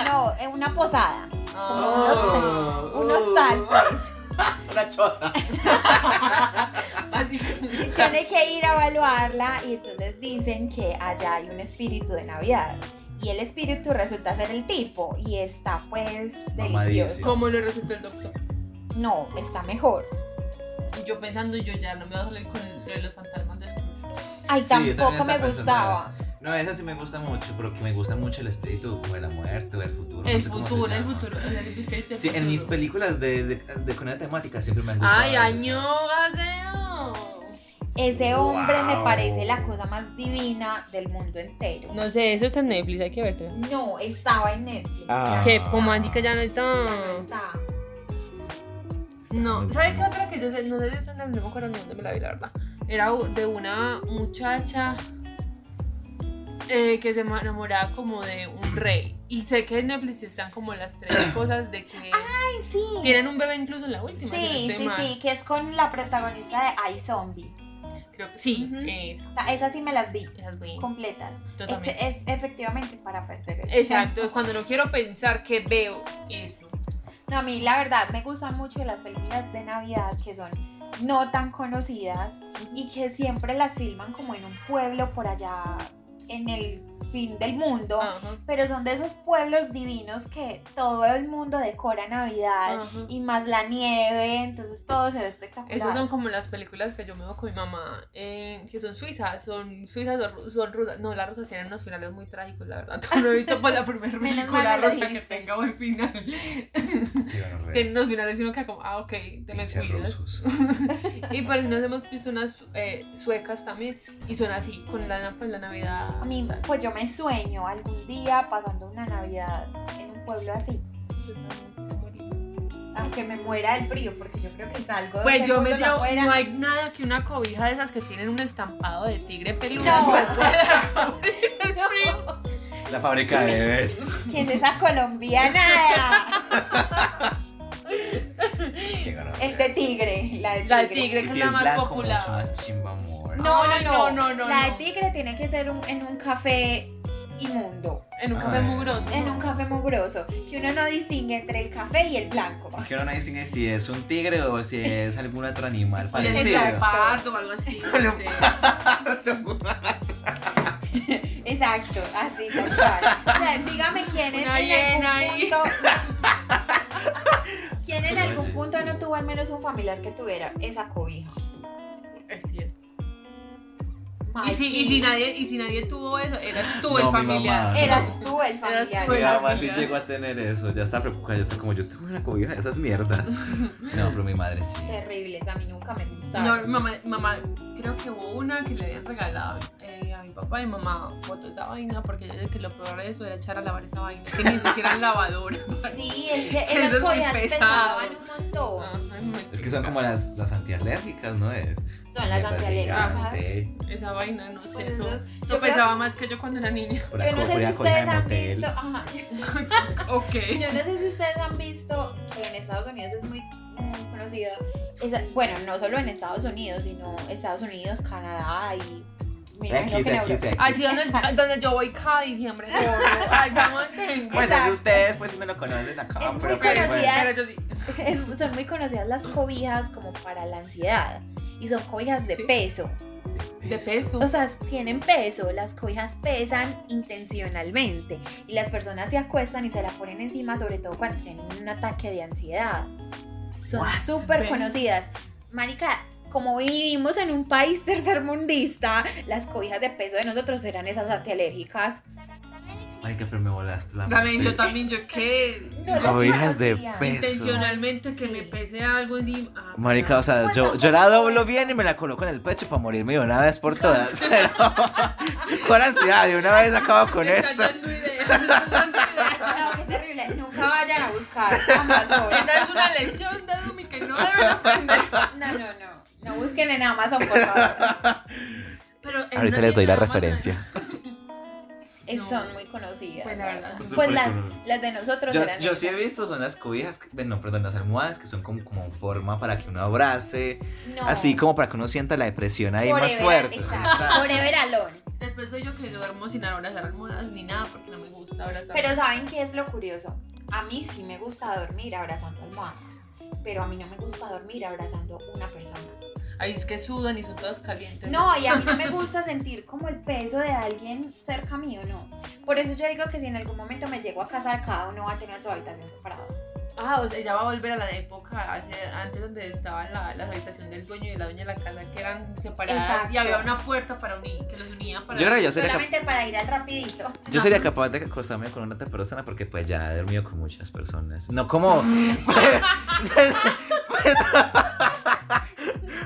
Speaker 3: no, en una posada,
Speaker 2: Ah.
Speaker 3: un
Speaker 1: Uh.
Speaker 3: hostal, pues.
Speaker 1: Oh, Una choza.
Speaker 2: Así.
Speaker 3: Tiene que ir a evaluarla y entonces dicen que allá hay un espíritu de Navidad. Y el espíritu resulta ser el tipo y está pues
Speaker 1: Mamadísimo.
Speaker 3: delicioso.
Speaker 2: ¿Cómo lo resultó el doctor?
Speaker 3: No, está mejor.
Speaker 2: Y yo pensando, yo ya no me voy a salir con el- de los fantasmas de Scrooge.
Speaker 3: Ay,
Speaker 1: Sí, yo también
Speaker 3: tampoco me
Speaker 1: estaba pensando
Speaker 3: gustaba.
Speaker 1: No, esa sí me gusta mucho, pero que me gusta mucho el espíritu como de la muerte o el futuro. no
Speaker 2: El
Speaker 1: sé cómo se
Speaker 2: futuro, el
Speaker 1: llama.
Speaker 2: futuro. el- el espíritu del
Speaker 1: Sí, en mis
Speaker 2: futuro.
Speaker 1: películas de, de, de- con esa temática siempre me han gustado.
Speaker 2: Ay,
Speaker 1: esas.
Speaker 2: año, gaseo.
Speaker 3: Ese hombre me
Speaker 1: Wow.
Speaker 3: parece la cosa más divina del mundo entero.
Speaker 2: No sé, eso está en Netflix, hay que verlo.
Speaker 3: No, estaba en Netflix.
Speaker 1: Ah.
Speaker 2: Que como así que ya no
Speaker 3: Ya no
Speaker 2: está.
Speaker 3: está.
Speaker 2: No,
Speaker 1: Está
Speaker 2: ¿sabes
Speaker 1: muy
Speaker 2: qué otra que yo sé? No sé si es en el mismo acuerdo ni dónde me la vi, la verdad. Era u- de una muchacha eh, que se ma- enamoraba como de un rey. Y sé que en Netflix están como las tres cosas de que
Speaker 3: Ay, sí.
Speaker 2: tienen un bebé incluso en la última. si
Speaker 3: Sí,
Speaker 2: no estoy
Speaker 3: sí,
Speaker 2: mal.
Speaker 3: sí, que es con la protagonista de iZombie.
Speaker 2: Creo que sí, eh,
Speaker 3: Ujú.
Speaker 2: esa.
Speaker 3: Ta- Esas sí me las vi
Speaker 2: Esas voy.
Speaker 3: completas.
Speaker 2: Yo
Speaker 3: Ex-
Speaker 2: también.
Speaker 3: es- efectivamente, para perder el
Speaker 2: Exacto,
Speaker 3: tiempo.
Speaker 2: cuando no quiero pensar que veo eso.
Speaker 3: No, a mí la verdad me gustan mucho las películas de Navidad que son no tan conocidas y que siempre las filman como en un pueblo por allá en el fin del mundo,
Speaker 2: Ajá,
Speaker 3: pero son de esos pueblos divinos que todo el mundo decora Navidad
Speaker 2: ajá.
Speaker 3: y más la nieve, entonces todo se ve espectacular.
Speaker 2: Esas son como las películas que yo me veo con mi mamá, eh, que son suizas, son suizas o ru- son rusas. No, las rusas tienen unos finales muy trágicos, la verdad. No he visto por la primera
Speaker 3: Menos mal
Speaker 2: película
Speaker 3: me lo
Speaker 2: rusa que
Speaker 3: dijiste.
Speaker 2: tenga buen final.
Speaker 1: Qué gonorrea.
Speaker 2: Tienen unos finales que uno queda como, ah, ok, te me
Speaker 1: Pinches
Speaker 2: cuidas.
Speaker 1: rusos.
Speaker 2: Y por eso nos hemos visto unas eh, suecas también, y son así, con la, pues, la Navidad.
Speaker 3: A mí,
Speaker 2: tal.
Speaker 3: pues yo me sueño algún día pasando una Navidad en un pueblo así, aunque me muera del frío, porque yo creo que salgo
Speaker 2: Pues
Speaker 3: dos
Speaker 2: yo me
Speaker 3: segundos
Speaker 2: llevo,
Speaker 3: afuera.
Speaker 2: no hay nada que una cobija de esas que tienen un estampado de tigre peludo.
Speaker 3: No.
Speaker 2: me pueda cubrir el frío.
Speaker 1: La fábrica de bebés.
Speaker 3: ¿Quién es esa colombiana?
Speaker 1: Qué gonorrea.
Speaker 3: El de tigre, la de tigre.
Speaker 2: La de tigre,
Speaker 1: Y
Speaker 2: que
Speaker 1: si
Speaker 2: es la
Speaker 1: es
Speaker 2: más
Speaker 1: blanco, mucho
Speaker 2: popular.
Speaker 1: más chimba, amor.
Speaker 3: No,
Speaker 2: Ay,
Speaker 3: no, no,
Speaker 2: no, no, no,
Speaker 3: La de
Speaker 2: no.
Speaker 3: tigre tiene que ser un- en un café inmundo,
Speaker 2: En un café
Speaker 1: Ay.
Speaker 2: mugroso.
Speaker 3: en un café mugroso, que uno no distingue entre el café y el blanco.
Speaker 1: Que ahora nadie distingue si es un tigre o si es algún otro animal
Speaker 2: Oye,
Speaker 3: Sí.
Speaker 2: es
Speaker 1: parecido.
Speaker 2: un pardo o algo así. no sé.
Speaker 3: Exacto, así tal cual. O sea, dígame quién en,
Speaker 2: Una
Speaker 3: en algún
Speaker 2: hiena ahí.
Speaker 3: punto. ¿Quién en algún
Speaker 1: Oye.
Speaker 3: punto no tuvo al menos un familiar que tuviera esa cobija?
Speaker 2: Es cierto. Y
Speaker 3: Mikey,
Speaker 2: si, y, si nadie, y si nadie tuvo eso, eras tú
Speaker 1: No,
Speaker 2: el
Speaker 1: mi
Speaker 2: familiar.
Speaker 1: mamá.
Speaker 3: Eras tú el
Speaker 2: Eras tú
Speaker 3: familiar.
Speaker 1: Mi
Speaker 2: el-
Speaker 1: mamá sí llegó a tener eso, ya está preocupada, ya está como yo tengo una cobija de esas mierdas. No, pero mi madre sí.
Speaker 3: Terribles, a mí nunca me
Speaker 2: No,
Speaker 3: gustaron.
Speaker 2: mi mamá, mi mamá, creo que hubo una que le habían regalado eh, a mi papá y mamá botó esa vaina porque ella dice que lo peor de eso era echar a lavar esa vaina, que ni siquiera era lavadora.
Speaker 3: Sí, es que
Speaker 2: Eso es
Speaker 3: esas
Speaker 2: muy
Speaker 3: cobijas
Speaker 2: pesado.
Speaker 3: pesaban un montón.
Speaker 2: Ajá, me-
Speaker 1: Es que son como las, las antialérgicas, ¿no es?
Speaker 3: Son las
Speaker 1: Mierda
Speaker 3: antialérgicas.
Speaker 1: gigante,
Speaker 2: Esa vaina, no sé,
Speaker 3: Pues
Speaker 2: eso,
Speaker 3: esos-
Speaker 2: eso
Speaker 3: yo creo-
Speaker 2: pesaba más que yo cuando era niña.
Speaker 1: pura
Speaker 3: Yo no
Speaker 1: co-
Speaker 3: sé
Speaker 1: pura cosa
Speaker 3: si
Speaker 1: de
Speaker 3: ustedes han
Speaker 1: motel.
Speaker 3: visto. ajá,
Speaker 2: ok.
Speaker 3: Yo no sé si ustedes han visto que en Estados Unidos es muy mm, conocido. esa- bueno, no solo en Estados Unidos, sino Estados Unidos, Canadá y. me imagino
Speaker 1: X,
Speaker 3: que
Speaker 1: X,
Speaker 3: en Europa.
Speaker 1: X.
Speaker 2: Así donde, donde yo voy cada diciembre, gordo. allá mantengo.
Speaker 1: Pues
Speaker 3: Exacto.
Speaker 1: así ustedes, pues si no lo conocen acá,
Speaker 3: Es muy
Speaker 1: pero pues,
Speaker 2: Pero,
Speaker 1: bueno.
Speaker 3: conocida.
Speaker 2: pero yo sí.
Speaker 3: Es- son muy conocidas las cobijas como para la ansiedad. Y son cobijas de
Speaker 2: Sí.
Speaker 3: peso.
Speaker 2: De peso.
Speaker 3: O sea, tienen peso. Las cobijas pesan intencionalmente. Y las personas se acuestan y se la ponen encima, sobre todo cuando tienen un ataque de ansiedad. Son
Speaker 1: What?
Speaker 3: súper
Speaker 2: Ven.
Speaker 3: conocidas. Marica, como vivimos en un país tercermundista, las cobijas de peso de nosotros eran esas antialérgicas.
Speaker 1: Ay, que pero me volaste la
Speaker 2: También, yo
Speaker 1: mente.
Speaker 2: también, yo que
Speaker 3: No, las
Speaker 1: Cobijas de
Speaker 3: conocían.
Speaker 1: peso.
Speaker 2: intencionalmente que
Speaker 3: Sí.
Speaker 2: me pese algo encima. Ah,
Speaker 1: Marica, o sea,
Speaker 3: Pues
Speaker 1: yo,
Speaker 3: tampoco
Speaker 1: yo la doblo
Speaker 3: es-
Speaker 1: bien y me la coloco en el pecho para morirme de una vez por todas. Pero con ansiedad, de una vez acabo con
Speaker 2: me
Speaker 1: esto.
Speaker 2: Está dando ideas, me está dando ideas.
Speaker 3: No, qué terrible. Nunca vayan a buscar Amazon.
Speaker 2: Esa es una lección de Dumi que no deben aprender.
Speaker 3: No, no, no. No busquen en Amazon, por favor.
Speaker 2: Pero en
Speaker 1: Ahorita
Speaker 2: una
Speaker 1: les doy la
Speaker 2: tienda de Amazon-
Speaker 1: referencia.
Speaker 3: Es-
Speaker 2: No.
Speaker 3: Son muy conocidas.
Speaker 2: Pues, la verdad.
Speaker 3: Pues las, las de nosotros
Speaker 1: Yo,
Speaker 3: eran
Speaker 1: yo sí he
Speaker 3: esas.
Speaker 1: visto, son las cobijas, que- de- no, perdón, las almohadas que son como, como forma para que uno abrace,
Speaker 3: No.
Speaker 1: así como para que uno sienta la depresión ahí más
Speaker 3: Forever-
Speaker 1: fuerte.
Speaker 3: exacto, Forever alone.
Speaker 2: Después soy yo que duermo sin abrazar almohadas ni nada porque no me gusta abrazar.
Speaker 3: Pero ¿saben qué es lo curioso? A mí sí me gusta dormir abrazando almohada, pero a mí no me gusta dormir abrazando una persona.
Speaker 2: Ahí es que sudan y son todas calientes.
Speaker 3: No, y a mí no me gusta sentir como el peso de alguien cerca mío, no. Por eso yo digo que si en algún momento me llego a casar, cada uno va a tener su habitación separada.
Speaker 2: Ah, o sea, ya va a volver a la época hace- antes donde estaba la, la habitación del dueño y de la dueña de la casa que eran separadas y
Speaker 3: Exacto.
Speaker 2: había una puerta para unir, que los unía para...
Speaker 1: Yo creo que yo sería, cap-
Speaker 3: Solamente para ir al rapidito.
Speaker 1: yo sería capaz de acostarme con una otra persona porque pues ya he dormido con muchas personas. No como... pues,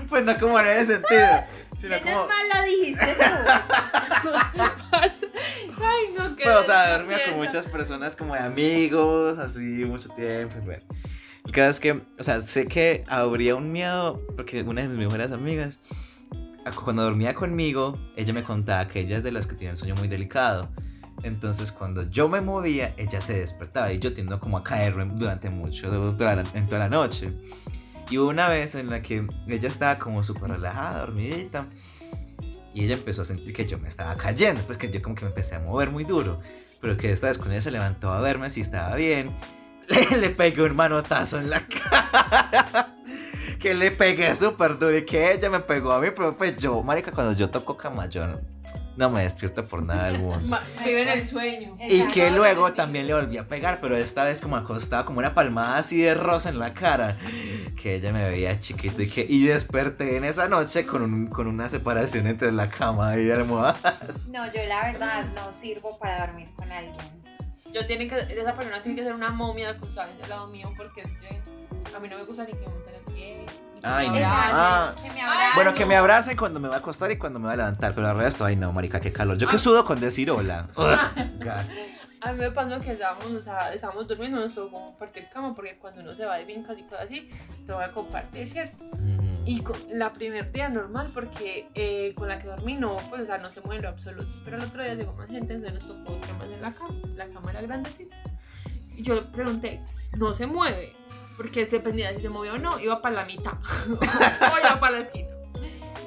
Speaker 1: pues no como en ese sentido, sino
Speaker 3: Menos
Speaker 1: como...
Speaker 3: mal lo dijiste tú.
Speaker 2: Ay, no, que...
Speaker 1: Pues, o sea, dormía con muchas personas como de amigos, así, mucho tiempo. y Bueno. El caso es que, o sea, sé que habría un miedo, porque una de mis mejores amigas, a- cuando dormía conmigo, ella me contaba que ella es de las que tiene el sueño muy delicado. Entonces, cuando yo me movía, ella se despertaba y yo tiendo como a caerme durante mucho, durante, en toda la noche. Y hubo una vez en la que ella estaba como súper relajada, dormidita. Y ella empezó a sentir que yo me estaba cayendo, pues que yo como que me empecé a mover muy duro. Pero que esta vez cuando ella se levantó a verme si estaba bien, le, le pegué un manotazo en la cara. que le pegué súper duro y que ella me pegó a mí, pero pues yo, marica, cuando yo toco cama, yo no, no me despierto por nada alguno.
Speaker 2: Ma- Vive en el sueño.
Speaker 1: Y
Speaker 3: Exacto.
Speaker 1: que luego también le volví a pegar, pero esta vez como acostado, como una palmada así de rosa en la cara. Que ella me veía chiquito y que y desperté en esa noche con, un- con una separación entre la cama y la almohada.
Speaker 3: No, yo la verdad no sirvo para dormir con alguien.
Speaker 2: Yo tiene que, esa persona tiene que ser una momia acusada al lado mío porque es que a mí no me gusta ni que me monten el pie. ni que
Speaker 1: Ay,
Speaker 2: me
Speaker 1: no.
Speaker 2: abracen.
Speaker 1: Ah.
Speaker 3: Que me abrace.
Speaker 1: Bueno, que me abracen cuando me va a acostar y cuando me va a levantar, pero al resto, ay no, marica, qué calor. Yo
Speaker 3: Ah.
Speaker 1: que sudo con decir hola. Gas.
Speaker 2: A mí me pasó que estábamos, o sea, estábamos durmiendo, nos tocó compartir cama porque cuando uno se va de fincas y cosas así, te voy a compartir, ¿cierto?
Speaker 1: Mm.
Speaker 2: Y co- la primer día normal porque eh, con la que dormí no, pues, o sea, no se mueve en lo absoluto. Pero el otro día llegó más gente, entonces nos tocó otra más en la cama, la cama era grandecita. Y yo le pregunté, ¿no se mueve? Porque se dependía de si se movía o no, iba para la mitad o iba para la esquina.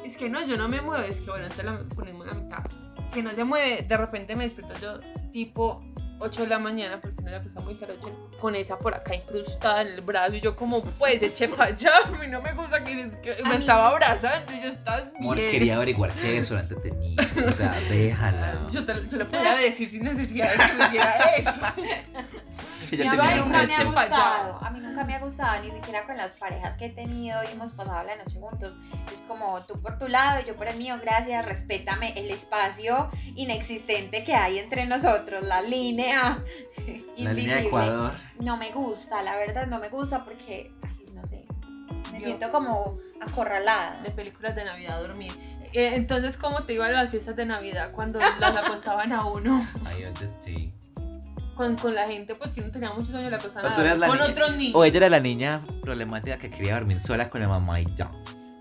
Speaker 2: Es que no, yo no me muevo, es que bueno, entonces la ponemos la mitad. Que no se mueve, de repente me despierto yo tipo 8 de la mañana, porque no la cosa muy tarde, ocho, con esa por acá incrustada en el brazo, y yo como, pues eche para allá, a mí no me gusta que, que
Speaker 3: A
Speaker 2: me
Speaker 3: mí-
Speaker 2: estaba abrazando, y yo estás
Speaker 1: Amor,
Speaker 2: bien.
Speaker 1: quería averiguar qué desodorante tenía. O sea, déjala.
Speaker 2: Yo, te- yo le podía decir sin necesidad de que me hiciera eso.
Speaker 1: Ella
Speaker 3: Y
Speaker 2: te
Speaker 3: a
Speaker 1: tenía
Speaker 3: mí
Speaker 2: digo,
Speaker 1: una
Speaker 3: nunca me
Speaker 2: eche
Speaker 3: ha
Speaker 1: hecha.
Speaker 2: pa' allá.
Speaker 3: gustado, a mí nunca me ha gustado, ni siquiera con las parejas que he tenido y hemos pasado la noche juntos. Es como tú por tu lado y yo por el mío, gracias, respétame el espacio inexistente que hay entre nosotros, la línea
Speaker 1: La línea de
Speaker 3: invisible.
Speaker 1: Ecuador.
Speaker 3: No me gusta, la verdad no me gusta porque, ay, no sé, me
Speaker 2: Yo-
Speaker 3: siento como acorralada.
Speaker 2: de películas de Navidad a dormir. Eh, entonces, ¿cómo te iba a las fiestas de Navidad cuando las acostaban a uno?
Speaker 1: Ay, oye, sí.
Speaker 2: Con, con la gente, pues que no tenía muchos años, la acostaban
Speaker 1: O tú
Speaker 2: a
Speaker 1: eras la
Speaker 2: con
Speaker 1: niña-
Speaker 2: otros niños.
Speaker 1: O ella era la niña problemática que quería dormir sola con la mamá y ya.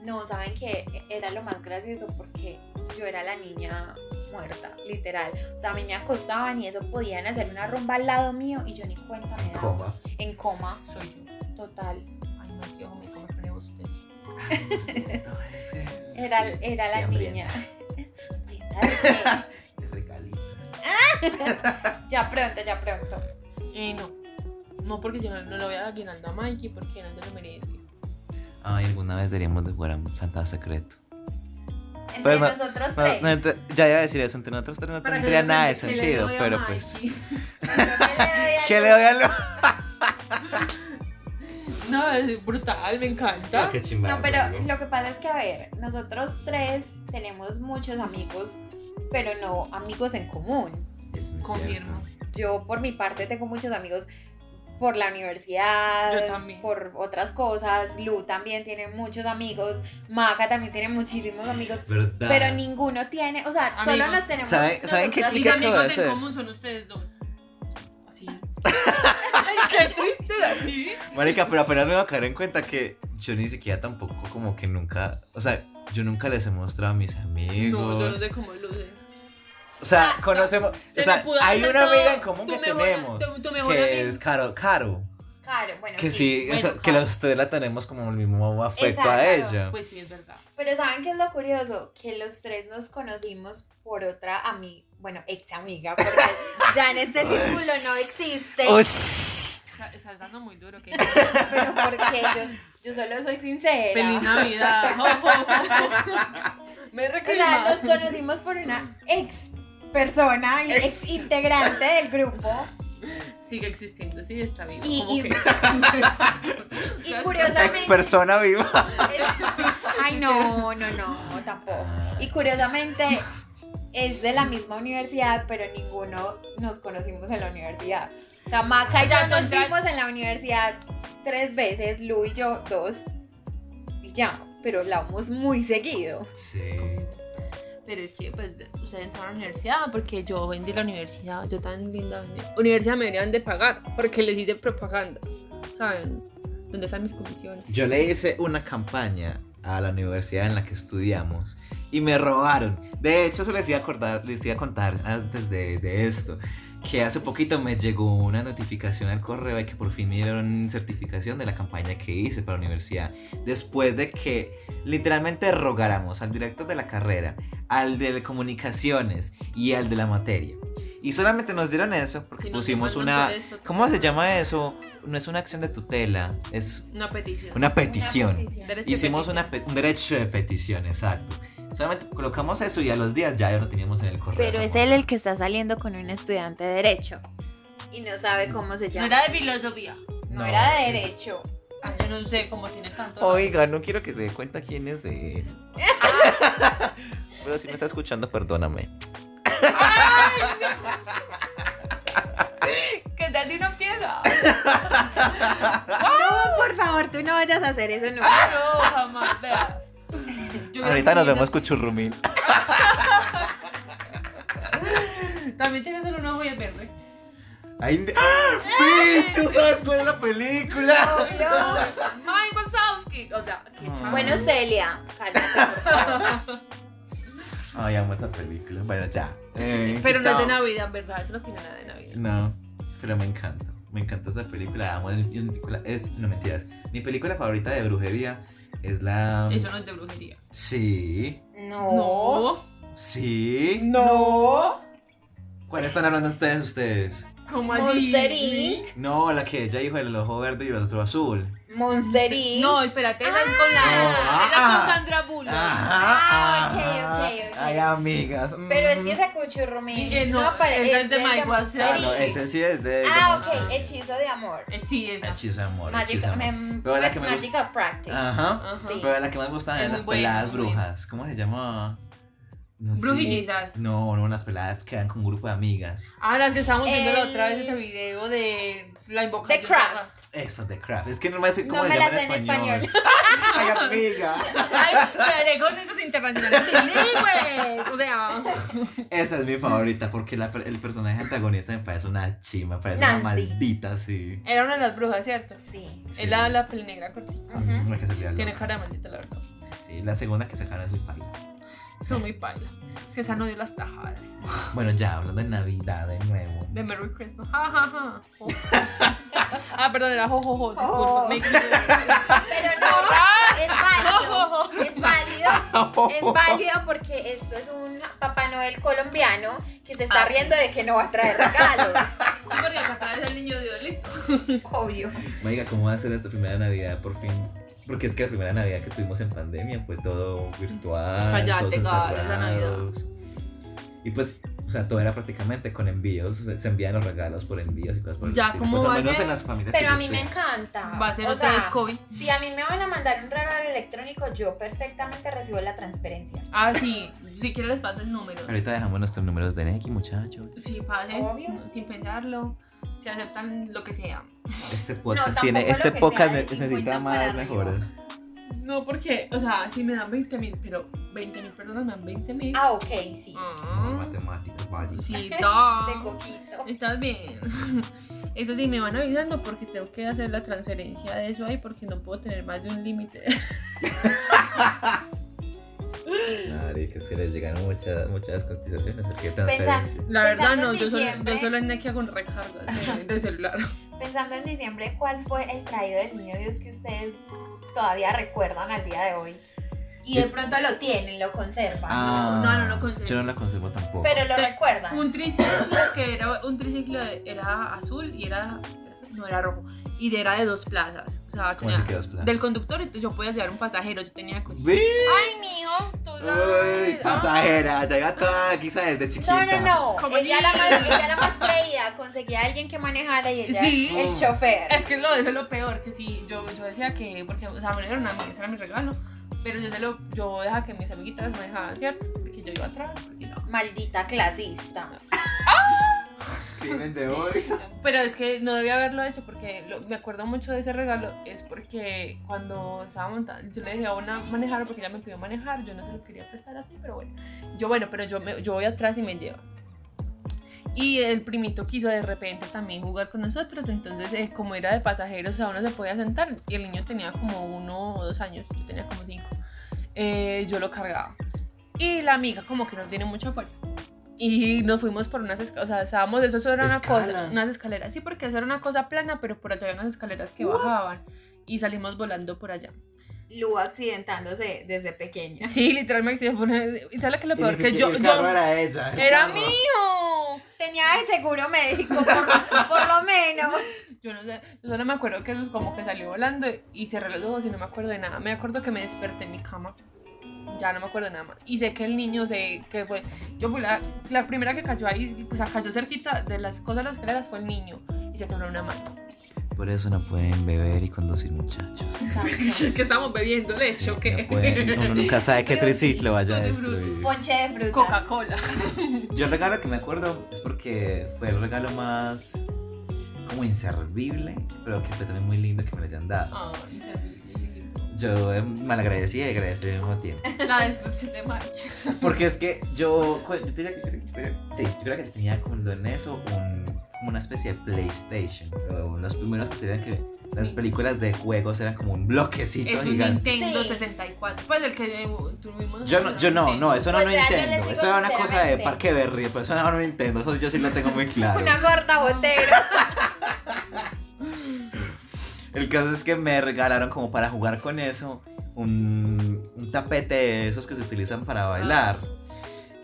Speaker 3: No, saben que era lo más gracioso porque yo era la niña muerta, literal. O sea, a mí me acostaban y eso podían hacer una rumba al lado mío y yo ni cuenta me daba.
Speaker 1: Coma.
Speaker 3: En coma,
Speaker 2: Soy yo.
Speaker 3: total.
Speaker 2: Ay, no, qué ojo, me come con usted.
Speaker 1: Lo siento, ese-
Speaker 3: Era,
Speaker 1: sí,
Speaker 3: era
Speaker 1: sí,
Speaker 3: la niña.
Speaker 1: hambrienta.
Speaker 3: Hambrienta de
Speaker 1: De regalitos.
Speaker 3: qué? ya pronto, ya pronto.
Speaker 2: Eh, no. No, porque yo no, no lo voy a aguinaldo a Mikey, porque no se lo merece.
Speaker 1: Ay, alguna vez deberíamos de jugar a un Santa Secreto.
Speaker 3: Entre
Speaker 1: Pero no-
Speaker 3: nosotros
Speaker 1: No,
Speaker 3: tres.
Speaker 1: no, ent- ya iba a decir eso, entre nosotros tres no
Speaker 2: Para que
Speaker 1: tendría
Speaker 2: no
Speaker 1: nada de
Speaker 2: cuente que le
Speaker 1: sentido,
Speaker 2: doy a
Speaker 1: pero
Speaker 2: Mikey.
Speaker 1: pues. ¿Qué
Speaker 3: ¿Qué
Speaker 1: le doy a lo?
Speaker 2: No, es brutal, me encanta.
Speaker 1: Qué chimba,
Speaker 3: No, pero
Speaker 1: güey.
Speaker 3: lo que pasa es que, a ver, nosotros tres tenemos muchos amigos, pero no amigos en común.
Speaker 1: Eso no es
Speaker 2: Confirmo.
Speaker 1: cierto.
Speaker 3: Yo por mi parte tengo muchos amigos por la universidad,
Speaker 2: Yo también.
Speaker 3: por otras cosas, Lu también tiene muchos amigos, Maca también tiene muchísimos amigos,
Speaker 1: ¿Verdad?
Speaker 3: pero ninguno tiene, o sea, solo
Speaker 2: Amigos.
Speaker 3: nos tenemos
Speaker 1: ¿Sabe- saben qué
Speaker 3: nosotras
Speaker 2: Mis
Speaker 1: clica acabo de
Speaker 2: amigos en
Speaker 1: hacer?
Speaker 2: común son ustedes dos. Así. Ay, qué triste, así.
Speaker 1: Marica, pero apenas me voy a caer en cuenta que yo ni siquiera tampoco como que nunca, o sea, yo nunca les he mostrado a mis amigos.
Speaker 2: No, yo no sé cómo luce.
Speaker 1: O sea,
Speaker 3: Ah,
Speaker 1: conocemos,
Speaker 2: se
Speaker 1: o
Speaker 2: me
Speaker 1: sea,
Speaker 2: pudo
Speaker 1: hay
Speaker 2: hacer
Speaker 1: una
Speaker 2: todo.
Speaker 1: amiga en común
Speaker 2: Tu
Speaker 1: que
Speaker 2: mejor-
Speaker 1: tenemos,
Speaker 2: tu- tu mejor
Speaker 1: que
Speaker 2: amiga.
Speaker 1: es Caro, Caro,
Speaker 3: Claro, bueno,
Speaker 1: que
Speaker 3: sí.
Speaker 1: sí, o
Speaker 2: bueno,
Speaker 1: sea, que
Speaker 2: Caro.
Speaker 1: los tres la tenemos como el mismo afecto a
Speaker 3: Exacto,
Speaker 1: ella.
Speaker 2: Pues sí, es verdad.
Speaker 3: Pero ¿saben qué es lo curioso? Que los tres nos conocimos por otra amiga, bueno, ex amiga, porque ya en este círculo no existe.
Speaker 1: Ush.
Speaker 2: Está- Estás dando muy duro, que
Speaker 3: Pero porque yo, yo solo soy sincera.
Speaker 2: Feliz Navidad. Jo, jo, jo. Me
Speaker 3: O sea,
Speaker 2: reclama.
Speaker 3: nos conocimos por una ex persona y ex integrante del grupo.
Speaker 2: Sigue existiendo, sí, está vivo.
Speaker 3: Y-
Speaker 2: como
Speaker 3: y-
Speaker 2: que-
Speaker 3: Y curiosamente.
Speaker 1: Ex persona viva.
Speaker 3: Ay, no, no, no, tampoco. Y curiosamente, es de la misma universidad, pero ninguno nos conocimos en la universidad. O sea, Maca y yo
Speaker 2: Ya,
Speaker 3: nos
Speaker 2: ya.
Speaker 3: vimos en la universidad tres veces, Lu y yo dos. Y ya, pero hablamos muy seguido.
Speaker 1: Sí.
Speaker 2: Pero es que, pues, ustedes entraron a la universidad porque yo vendí la universidad. Yo tan linda vendí. Universidad me deberían de pagar porque les hice propaganda. ¿Saben? ¿Dónde están mis comisiones?
Speaker 1: Yo le hice una campaña a la universidad en la que estudiamos y me robaron. De hecho, eso les iba a, acordar, les iba a contar antes de, de esto. Que hace poquito me llegó una notificación al correo de que por fin me dieron certificación de la campaña que hice para la universidad. Después de que literalmente rogáramos al director de la carrera, al de comunicaciones y al de la materia. Y solamente nos dieron eso porque
Speaker 2: Si no te
Speaker 1: pusimos
Speaker 2: mandan
Speaker 1: una...
Speaker 2: por esto, te-
Speaker 1: ¿Cómo se llama eso? No es una acción de tutela, es
Speaker 2: Una petición.
Speaker 1: una petición.
Speaker 3: Una petición.
Speaker 2: Derecho de
Speaker 1: Hicimos
Speaker 2: petición.
Speaker 1: una pe- un derecho de petición, exacto. Solamente colocamos eso y a los días ya lo teníamos en el correo.
Speaker 3: Pero es él el que está saliendo con un estudiante de derecho y no sabe cómo se
Speaker 2: No
Speaker 3: llama.
Speaker 2: era de filosofía.
Speaker 3: No, era
Speaker 1: este.
Speaker 3: de derecho.
Speaker 2: Ah, Yo no sé cómo tiene tanto.
Speaker 1: Oiga, no quiero que se dé cuenta quién es él. Pero si me está escuchando, perdóname.
Speaker 2: Que te di una piedra.
Speaker 3: Ah, No, por favor, tú no vayas a hacer eso, no.
Speaker 2: No, jamás. Vea. Yo
Speaker 1: Ahorita nos
Speaker 2: creo que
Speaker 1: vemos con Churrumín.
Speaker 2: También tiene solo un ojo y es verde.
Speaker 1: Ahí... ¡Ah! ¡Sí! ¿Tú sabes cuál es la película?
Speaker 2: Mike Wazowski. O sea, qué chaval.
Speaker 3: Bueno, Celia, cálmate, por favor.
Speaker 1: Ay, amo esa película. Bueno, ya. Eh,
Speaker 2: Pero no es de
Speaker 1: estábamos?
Speaker 2: Navidad, en verdad. Eso no tiene nada de Navidad.
Speaker 1: No, pero me encanta. Me encanta esa película. Amo es mi película. Es, no mentiras. Mi película favorita de brujería es la.
Speaker 2: Eso no es de brujería.
Speaker 1: Sí.
Speaker 3: No.
Speaker 1: Sí.
Speaker 3: No.
Speaker 1: ¿Cuál están hablando ustedes? Ustedes.
Speaker 2: ¿Cómo
Speaker 3: Monster Inc.
Speaker 1: No, la que ella dijo el ojo verde y el otro azul.
Speaker 3: Monster Inc.
Speaker 2: No, espérate, esa es con la.
Speaker 1: Ah.
Speaker 2: esa es con Sandra Bullock.
Speaker 3: Ah, ok, ok, ok.
Speaker 1: Ay, amigas.
Speaker 3: Pero es
Speaker 1: mm.
Speaker 3: que esa cuchurrumín
Speaker 2: Dije, no,
Speaker 3: para-
Speaker 2: esa es de
Speaker 3: del
Speaker 2: Mike
Speaker 3: Monster
Speaker 1: Ah, no,
Speaker 2: Wazowski.
Speaker 3: Inc.
Speaker 1: ese sí es de.
Speaker 3: Ah,
Speaker 1: de-
Speaker 3: ok, hechizo de amor.
Speaker 2: Eh, Sí, esa.
Speaker 1: Hechizo de amor.
Speaker 3: Magic,
Speaker 1: hechizo de amor.
Speaker 3: me-
Speaker 1: Pero la
Speaker 3: pues,
Speaker 1: que me Ah.
Speaker 3: Magic of Practice.
Speaker 1: Ajá.
Speaker 2: Ajá.
Speaker 3: Sí.
Speaker 1: Pero la que más me gusta
Speaker 2: Es
Speaker 1: es
Speaker 2: muy
Speaker 1: las
Speaker 2: buena,
Speaker 1: peladas
Speaker 2: muy buena.
Speaker 1: brujas. ¿Cómo se llama? No sé.
Speaker 2: Brujillizas.
Speaker 1: No, no, las peladas que eran con un grupo de amigas.
Speaker 2: Ah, las que estábamos viendo la
Speaker 3: El-
Speaker 2: otra vez ese video de la invocación.
Speaker 3: The Craft.
Speaker 1: Esas de craft. Es que no me sé cómo
Speaker 3: No
Speaker 1: se
Speaker 3: me la
Speaker 1: llama
Speaker 3: sé en
Speaker 1: Ay, amiga.
Speaker 2: Ay, pero con estos internacionales bilingües. O sea,
Speaker 1: Esa es mi favorita porque la per- el personaje antagonista me parece una chima, parece una
Speaker 3: Nancy.
Speaker 1: maldita, sí.
Speaker 2: era una de las brujas, ¿cierto?
Speaker 3: Sí.
Speaker 1: Sí.
Speaker 2: Es la, la negra cortita.
Speaker 3: Ujú.
Speaker 1: La que se queda
Speaker 2: Tiene
Speaker 1: loca.
Speaker 2: cara de maldita, la verdad.
Speaker 1: Sí, la segunda que sacaron es mi paila.
Speaker 2: Es muy paila. Es que esa no dio las tajadas.
Speaker 1: Bueno, ya, hablando de Navidad de nuevo.
Speaker 2: De Merry Christmas. Ja, ja, ja. Jo, jo. Ah, perdón, era jojojo.
Speaker 3: Jo, jo.
Speaker 2: Disculpa. me equivoqué.
Speaker 3: Pero no, es válido. Es válido. Es
Speaker 1: válido.
Speaker 3: válido porque esto es un Papá Noel colombiano que se
Speaker 2: Ah.
Speaker 3: está riendo de que no va a traer regalos.
Speaker 2: Sí, porque para atrás el niño dio listo.
Speaker 3: Obvio.
Speaker 1: Oiga, ¿cómo va a ser esta primera Navidad por fin? Porque es que la primera Navidad que tuvimos en pandemia fue todo virtual.
Speaker 2: Cállate,
Speaker 1: todos
Speaker 2: Gal, es la
Speaker 1: encerrados. Y pues, o sea, todo era prácticamente con envíos. o sea, se envían los regalos por envíos y cosas por el
Speaker 2: Ya,
Speaker 1: estilo.
Speaker 2: ¿cómo
Speaker 1: Pues, al
Speaker 2: va a
Speaker 1: menos
Speaker 2: ser?
Speaker 1: en las familias
Speaker 3: Pero
Speaker 1: que
Speaker 3: a
Speaker 1: yo
Speaker 3: mí
Speaker 1: sé.
Speaker 3: me encanta.
Speaker 2: Va a ser
Speaker 3: O
Speaker 2: otra
Speaker 3: sea,
Speaker 2: vez COVID.
Speaker 3: Si a mí me van a mandar un regalo electrónico, yo perfectamente recibo la transferencia.
Speaker 2: Ah, sí. Si quieres les paso el número.
Speaker 1: Ahorita dejamos nuestros números de Nequi, muchachos.
Speaker 2: Sí, pasen.
Speaker 3: Obvio.
Speaker 2: no, Sin pensarlo. Si aceptan lo que sea.
Speaker 1: Este podcast
Speaker 3: tampoco
Speaker 1: tiene,
Speaker 3: lo
Speaker 1: este
Speaker 3: que
Speaker 1: podcast
Speaker 3: sea de
Speaker 1: ne- necesita
Speaker 3: 50 para
Speaker 1: más
Speaker 3: arriba.
Speaker 1: mejoras.
Speaker 2: No, porque, o sea, si me dan 20 mil, pero 20 mil personas me dan 20 mil.
Speaker 3: Ah, ok, sí.
Speaker 1: Mm. Matemáticas, vaya.
Speaker 2: sí,
Speaker 3: De
Speaker 2: da.
Speaker 3: coquito.
Speaker 2: Estás bien. Eso sí, me van avisando porque tengo que hacer la transferencia de eso ahí porque no puedo tener más de un límite.
Speaker 1: Madre, que es que les llegan muchas, muchas cotizaciones. ¿Qué transferencia?
Speaker 2: La verdad,
Speaker 3: Pensando
Speaker 2: no,
Speaker 3: en
Speaker 2: yo solo, yo
Speaker 3: diciembre.
Speaker 2: solo en Nequi con recargas de, de celular.
Speaker 3: Pensando en diciembre, ¿cuál fue el traído del niño Dios que ustedes todavía recuerdan al día de hoy? Y
Speaker 2: Eh.
Speaker 3: de pronto lo tienen, lo conservan.
Speaker 2: no, no lo conservo.
Speaker 1: Ah, Yo no la conservo tampoco.
Speaker 3: Pero lo
Speaker 2: Ah. Te-
Speaker 3: recuerdan.
Speaker 2: Un triciclo que era un triciclo de- era azul y era no era rojo y de- era de dos plazas, o sea,
Speaker 1: ¿Cómo
Speaker 2: tenía-
Speaker 1: así que dos planes?
Speaker 2: del conductor y tú- yo podía llevar un pasajero, yo tenía cosas.
Speaker 1: ¡Ay,
Speaker 2: mijo, tú
Speaker 1: ¡Uy,
Speaker 2: Ah,
Speaker 1: pasajera! Ya iba toda quizá desde
Speaker 3: No,
Speaker 1: chiquita.
Speaker 3: no,
Speaker 2: Como
Speaker 3: no. Ella era,
Speaker 2: niña.
Speaker 3: más, ella era más creída. Conseguía a alguien que manejara y ella
Speaker 2: Sí.
Speaker 3: el chofer.
Speaker 2: Es que lo, eso es lo peor, que si yo, yo decía que, porque, o sea, me dieron a mí, ese era mi regalo, pero yo, se lo, yo dejaba que mis amiguitas me dejaban, ¿cierto? Porque yo iba atrás, porque no.
Speaker 3: Maldita clasista.
Speaker 1: Crimen de hoy.
Speaker 2: Pero es que no debía haberlo hecho porque lo- me acuerdo mucho de ese regalo. Es porque cuando estaba montando, yo le dejé a una manejar porque ella me pidió manejar. Yo no se lo quería prestar así, pero bueno. Yo, bueno, pero yo, me- yo voy atrás y me lleva. Y el primito quiso de repente también jugar con nosotros. Entonces, eh, como era de pasajeros, o sea, uno se podía sentar. Y el niño tenía como uno o dos años. Yo tenía como cinco. Eh, yo lo cargaba. Y la amiga, como que no tiene mucha fuerza. Y nos fuimos por unas escaleras. O sea, estábamos, eso, eso era una cosa.
Speaker 1: Escalas.
Speaker 2: Unas escaleras. Sí, porque eso era una cosa plana, pero por allá había unas escaleras que bajaban. Y salimos volando por allá.
Speaker 3: Lu accidentándose desdes pequeña.
Speaker 2: Sí, literalmente. ¿Y sabes que lo peor? Que yo.
Speaker 1: El
Speaker 2: yo-
Speaker 1: carro era ella. el
Speaker 2: era
Speaker 1: carro.
Speaker 2: mío.
Speaker 3: Tenía el seguro médico, por, por lo menos.
Speaker 2: Yo no sé, yo solo me acuerdo que como que salió volando y cerré los ojos y no me acuerdo de nada. Me acuerdo que me desperté en mi cama ya no me acuerdo nada más. Y sé que el niño se, que fue, yo fui la, la primera que cayó ahí, o sea, cayó cerquita de las cosas de las escaleras fue el niño y se quebró una mano.
Speaker 1: Por eso no pueden beber y conducir, muchachos.
Speaker 2: que estamos bebiendo leche,
Speaker 1: Sí,
Speaker 2: ¿o qué?
Speaker 1: no pueden. Uno nunca sabe qué
Speaker 2: Pero sí,
Speaker 1: triciclo vaya a
Speaker 2: Tutti Frutti.
Speaker 1: destruir.
Speaker 3: Ponche de frutas.
Speaker 2: Coca-Cola.
Speaker 1: Yo el regalo que me acuerdo es porque fue el regalo más como inservible, pero que fue también muy lindo que me lo hayan dado.
Speaker 2: Ah, y se-
Speaker 1: Yo eh, malagradecida y agradecida al mismo tiempo.
Speaker 2: La destrucción de March.
Speaker 1: Porque es que yo, cu- yo, tenía, yo creo- yo creo- sí, yo creo que tenía cuando en eso un- como una especie de PlayStation. Pero los primeros que sabían que las películas de juegos eran como un bloquecito
Speaker 2: Es un
Speaker 1: gigante.
Speaker 2: Nintendo
Speaker 3: Sí.
Speaker 2: 64. Pues el que eh, tuvimos.
Speaker 1: Yo no, yo no, no, eso no
Speaker 3: O
Speaker 1: es un
Speaker 3: sea, yo les
Speaker 1: Nintendo.
Speaker 3: digo
Speaker 1: Eso era una cosa de
Speaker 3: sinceramente.
Speaker 1: Parque Berry, pero eso no era un Nintendo. Eso yo sí lo tengo muy claro.
Speaker 3: Una gorda botera.
Speaker 1: El caso es que me regalaron como para jugar con eso un, un tapete de esos que se utilizan para bailar.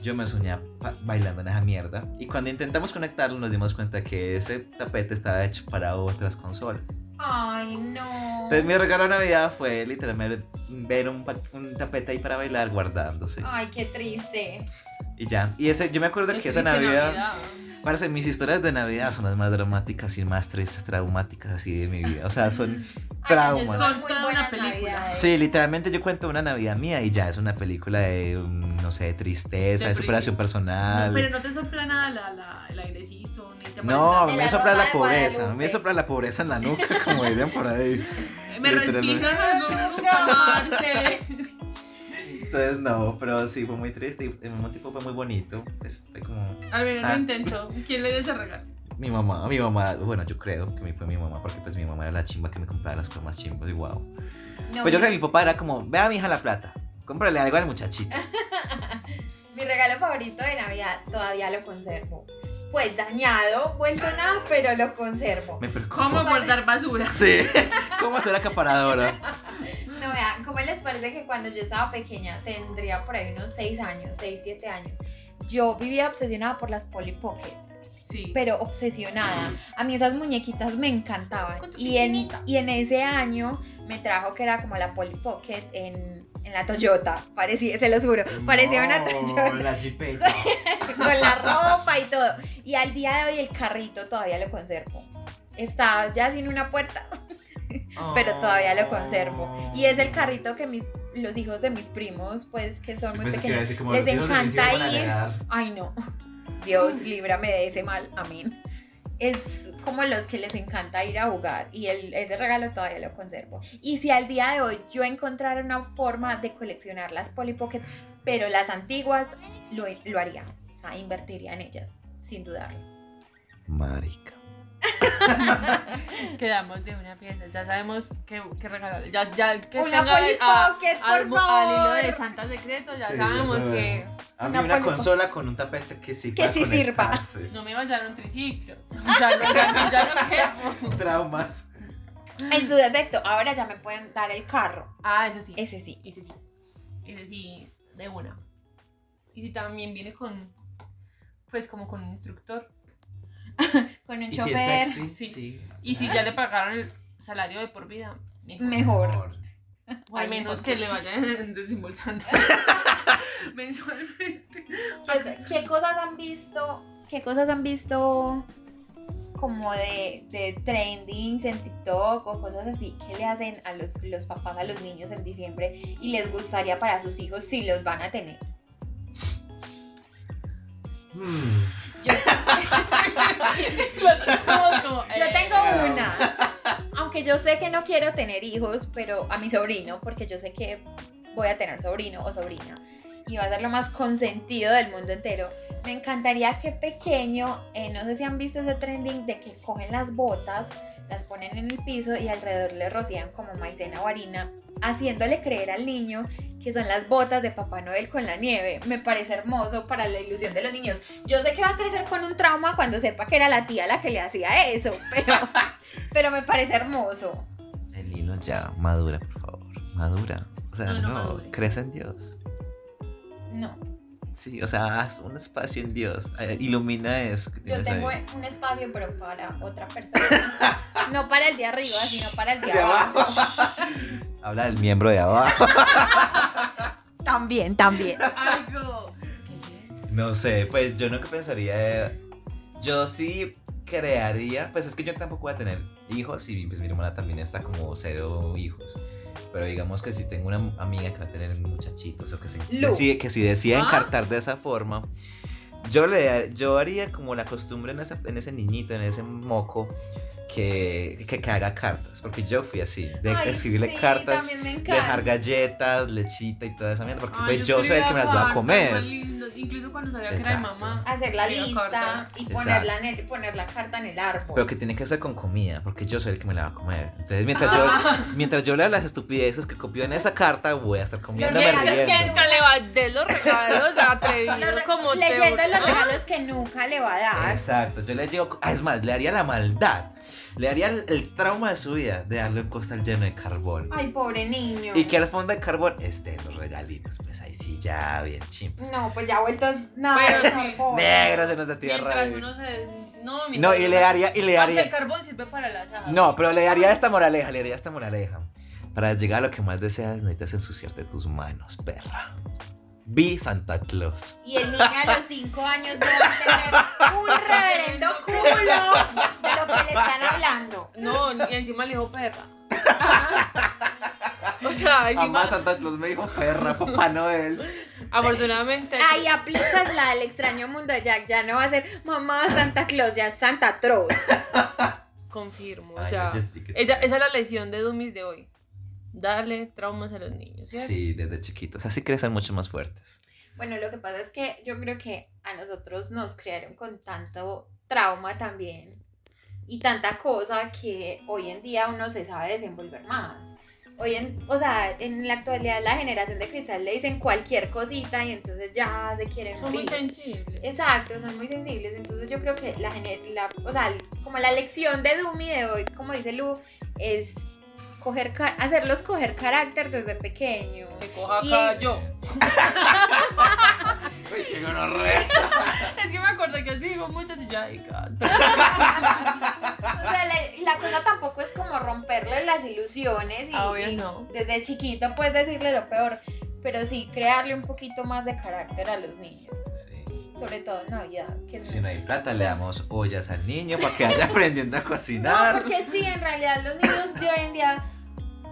Speaker 1: Yo me soñé pa- bailando en esa mierda. Y cuando intentamos conectarlo nos dimos cuenta que ese tapete estaba hecho para otras consolas.
Speaker 3: Ay, no.
Speaker 1: Entonces mi regalo de Navidad fue literalmente ver un, pa- un tapete ahí para bailar guardándose.
Speaker 3: Ay, qué triste.
Speaker 1: Y ya. Y ese, yo me acuerdo
Speaker 2: Ah. Qué
Speaker 1: que esa
Speaker 2: triste
Speaker 1: Navidad... Parece, mis historias de Navidad son las más dramáticas y más tristes, traumáticas así de mi vida. O sea, son
Speaker 3: Ay,
Speaker 1: Trauma.
Speaker 3: yo tuve
Speaker 2: Son
Speaker 3: muy
Speaker 2: toda
Speaker 3: buenas
Speaker 2: una película.
Speaker 3: navidades.
Speaker 1: Sí, literalmente yo cuento una Navidad mía y ya es una película de, um, no sé, de tristeza, de
Speaker 2: Depresión.
Speaker 1: superación personal.
Speaker 2: No,
Speaker 1: No,
Speaker 2: pero no te sopla nada la, la, el airecito, ni te
Speaker 1: a mí
Speaker 2: aparece
Speaker 3: De
Speaker 1: me sopla
Speaker 3: la Rosa
Speaker 1: la
Speaker 3: de
Speaker 1: pobreza, a mí
Speaker 3: Guadalupe.
Speaker 1: me sopla la pobreza en la nuca, como dirían por ahí.
Speaker 2: nada. Me
Speaker 1: literalmente.
Speaker 2: respiran algo.
Speaker 3: No, Marce.
Speaker 1: Entonces, no, pero sí, fue muy triste y en un tipo fue muy bonito. Pues, fue como
Speaker 2: A ver,
Speaker 1: Ah.
Speaker 2: lo intento. ¿Quién le dio ese regalo?
Speaker 1: mi mamá, mi mamá, bueno, yo creo que mi- fue mi mamá, porque pues mi mamá era la chimba que me compraba las cosas más chimbas y wow.
Speaker 3: No,
Speaker 1: Pues yo creo que
Speaker 3: mi,
Speaker 1: mi papá era como, ve a mi hija la plata, cómprale algo al muchachito.
Speaker 3: mi regalo favorito de Navidad todavía lo conservo. Pues dañado, vuelto nada, pero lo conservo.
Speaker 1: Me preocupa.
Speaker 2: ¿Cómo guardar basura?
Speaker 1: Sí, ¿cómo ser acaparadora?
Speaker 3: No, vean, ¿cómo les parece que cuando yo estaba pequeña, tendría por ahí unos 6 años, 6, 7 años, yo vivía obsesionada por las Polly Pocket,
Speaker 2: Sí.
Speaker 3: pero obsesionada. A mí esas muñequitas me encantaban.
Speaker 2: Con tu
Speaker 3: Y en,
Speaker 2: piscinita.
Speaker 3: y en ese año me trajo que era como la Polly Pocket en, en la Toyota, parecía, se los juro, parecía una Toyota.
Speaker 1: La chipeta.
Speaker 3: con la ropa y todo. Y al día de hoy el carrito todavía lo conservo. Está ya sin una puerta, pero
Speaker 1: Ah.
Speaker 3: todavía lo conservo. Y es el carrito que mis, los hijos de mis primos, pues que son muy pequeños. les encanta ir. Ay no, Dios líbrame de ese mal, amén. Es como los que les encanta ir a jugar y el, ese regalo todavía lo conservo. Y si al día de hoy yo encontrara una forma de coleccionar las Polly Pocket, pero las antiguas, lo, lo haría. O sea, invertiría en ellas, sin dudarlo.
Speaker 1: Marica.
Speaker 2: Quedamos de una pieza. Ya sabemos qué, qué regalar. Ya, ya el que
Speaker 3: Una
Speaker 2: tenga Ah,
Speaker 3: Polly
Speaker 2: a-
Speaker 3: Pocket,
Speaker 2: al,
Speaker 3: por
Speaker 2: al hilo de
Speaker 3: favor.
Speaker 2: Santa Secreto, ya
Speaker 1: Sí, ya
Speaker 2: sabemos
Speaker 1: sabemos.
Speaker 2: que
Speaker 1: A mí
Speaker 3: Una
Speaker 1: una,
Speaker 3: poli-
Speaker 1: consola con un tapete que sí
Speaker 3: Que sí sirva.
Speaker 1: conectarse.
Speaker 2: no me voy a llevar un triciclo. Ya no, ya no, ya no quepo.
Speaker 1: Traumas.
Speaker 3: En su defecto, ahora ya me pueden dar el carro.
Speaker 2: Ah, eso sí.
Speaker 3: Ese sí.
Speaker 2: Ese sí. Ese sí, de una. Y si también viene con, pues como con un instructor.
Speaker 3: Con un
Speaker 1: Y si es
Speaker 3: chofer,
Speaker 1: sexy,
Speaker 2: Sí.
Speaker 1: sí. Ah,
Speaker 2: Y si ya le pagaron el salario de por vida, mejor.
Speaker 3: mejor.
Speaker 2: O al
Speaker 3: Ay,
Speaker 2: menos
Speaker 3: mejor.
Speaker 2: que le vayan desembolsando mensualmente.
Speaker 3: ¿Qué, qué cosas han visto? ¿Qué cosas han visto como de, de trendings en TikTok o cosas así que le hacen a los, los papás a los niños en diciembre y les gustaría para sus hijos si los van a tener?
Speaker 1: Hmm.
Speaker 3: Yo,
Speaker 2: Todos como,
Speaker 3: yo
Speaker 2: eh,
Speaker 3: tengo una. Aunque yo sé que no quiero tener hijos, pero a mi sobrino, porque yo sé que voy a tener sobrino o sobrina y va a ser lo más consentido del mundo entero. Me encantaría que pequeño, eh, no sé si han visto ese trending de que cogen las botas, las ponen en el piso y alrededor le rocían como maicena o harina, haciéndole creer al niño que son las botas de Papá Noel con la nieve. Me parece hermoso para la ilusión de los niños. Yo sé que va a crecer con un trauma cuando sepa que era la tía la que le hacía eso, pero, pero me parece hermoso.
Speaker 1: El hilo ya, madura, por favor. Madura. O sea,
Speaker 2: No,
Speaker 1: no,
Speaker 2: no madure.
Speaker 1: crees en Dios.
Speaker 3: No,
Speaker 1: Sí, o sea, haz un espacio en Dios. Eh, Ilumina eso que
Speaker 3: yo
Speaker 1: tienes
Speaker 3: tengo
Speaker 1: ahí.
Speaker 3: un espacio, pero para otra persona. No para el de arriba, sino para el de
Speaker 1: De
Speaker 3: abajo.
Speaker 1: abajo. Habla del miembro de abajo.
Speaker 3: También, también.
Speaker 2: Algo.
Speaker 1: No sé, pues yo nunca pensaría. Yo sí crearía. Pues es que yo tampoco voy a tener hijos y pues mi hermana también está como cero hijos. Pero digamos que si tengo una amiga que va a tener muchachitos o que si,
Speaker 3: Lu.
Speaker 1: decide- que si decide
Speaker 2: Ah.
Speaker 1: encartar de esa forma, yo, le, yo haría como la costumbre en, esa- en ese niñito, en ese moco, que, que, que haga cartas. Porque yo fui así, de
Speaker 3: Ay,
Speaker 1: escribirle
Speaker 3: sí,
Speaker 1: cartas,
Speaker 3: también me encanta.
Speaker 1: dejar galletas, lechita y toda esa mierda. Porque
Speaker 2: Ay,
Speaker 1: pues yo soy el que me las
Speaker 2: escribía
Speaker 1: voy a
Speaker 2: cartas,
Speaker 1: comer.
Speaker 2: más lindo, Incluso cuando sabía que era de
Speaker 1: Exacto.
Speaker 2: mamá.
Speaker 3: Hacer la
Speaker 2: Pero
Speaker 3: lista
Speaker 2: corta.
Speaker 3: y ponerla en el, poner la carta en el árbol.
Speaker 1: Pero que tiene que ser con comida, porque yo soy el que me la va a comer. Entonces, mientras,
Speaker 2: Ah.
Speaker 1: yo, mientras yo lea las estupideces que copió en esa carta, voy a estar comiendo
Speaker 3: Los
Speaker 2: Mientras
Speaker 3: regalos
Speaker 2: que
Speaker 1: riendo.
Speaker 2: entra le va de los regalos
Speaker 3: Los
Speaker 2: atrevido
Speaker 3: re-
Speaker 2: como te
Speaker 3: leyendo
Speaker 2: gusta.
Speaker 3: los regalos que nunca le va a dar.
Speaker 1: Exacto, yo le llego, ah, es más, le haría la maldad, le haría el, el trauma de su vida de darle un costal lleno de carbón.
Speaker 3: Ay, pobre niño.
Speaker 1: Y que al fondo del carbón estén los regalitos, pues ahí sí, ya bien chimpa.
Speaker 3: No, pues ya vueltos nada
Speaker 2: Pero
Speaker 3: de
Speaker 2: sí.
Speaker 3: carbón.
Speaker 1: Negros en esta tierra.
Speaker 2: Mientras
Speaker 1: baby.
Speaker 2: uno se. No,
Speaker 1: No,
Speaker 2: mientras
Speaker 1: y
Speaker 2: uno-
Speaker 1: le haría, y le
Speaker 2: Aunque
Speaker 1: haría.
Speaker 2: el carbón sirve para la asada.
Speaker 1: No, pero le daría esta moraleja, le daría esta moraleja. Para llegar a lo que más deseas, necesitas ensuciarte tus manos, perra. Vi Santa Claus.
Speaker 3: Y el niño a los 5 años debe tener un reverendo culo de lo que le están hablando.
Speaker 2: No, y encima le dijo perra. O sea, encima.
Speaker 1: Jamás Santa Claus me dijo perra, papá Noel.
Speaker 2: Afortunadamente.
Speaker 3: Ahí aplicas la del extraño mundo de Jack. Ya no va a ser mamá Santa Claus, ya es Santa Troz.
Speaker 2: Confirmo. O
Speaker 1: Ay,
Speaker 2: sea,
Speaker 1: no, Jessica.
Speaker 2: esa, esa es la lección de Dummies de hoy. Darle traumas a los niños. ¿cierto?
Speaker 1: Sí, desde chiquitos. Así crecen mucho más fuertes.
Speaker 3: Bueno, lo que pasa es que yo creo que a nosotros nos crearon con tanto trauma también y tanta cosa que hoy en día uno se sabe desenvolver más. Hoy en, o sea, en la actualidad la generación de cristal le dicen cualquier cosita y entonces ya se quieren
Speaker 2: Son muy
Speaker 3: morir.
Speaker 2: sensibles.
Speaker 3: Exacto, son muy sensibles, entonces yo creo que la, gener- la o sea, como la lección de Dumi de hoy, como dice Lu, es coger ca- hacerlos coger carácter desde pequeño.
Speaker 2: Que coja
Speaker 3: Y-
Speaker 2: acá yo.
Speaker 1: Uy, qué gonorrea.
Speaker 2: Es que me acuerdo que digo muchas y yo, ay, God.
Speaker 3: O sea, la, la cosa tampoco es como romperle las ilusiones y,
Speaker 2: Ah, Obvio
Speaker 3: y
Speaker 2: no.
Speaker 3: desde chiquito puedes decirle lo peor, pero sí crearle un poquito más de carácter a los niños,
Speaker 1: Sí.
Speaker 3: sobre todo en Navidad. Que es-
Speaker 1: Si no hay plata, le damos ollas al niño para que vaya aprendiendo a
Speaker 3: no,
Speaker 1: cocinar.
Speaker 3: porque sí, en realidad los niños de hoy en día,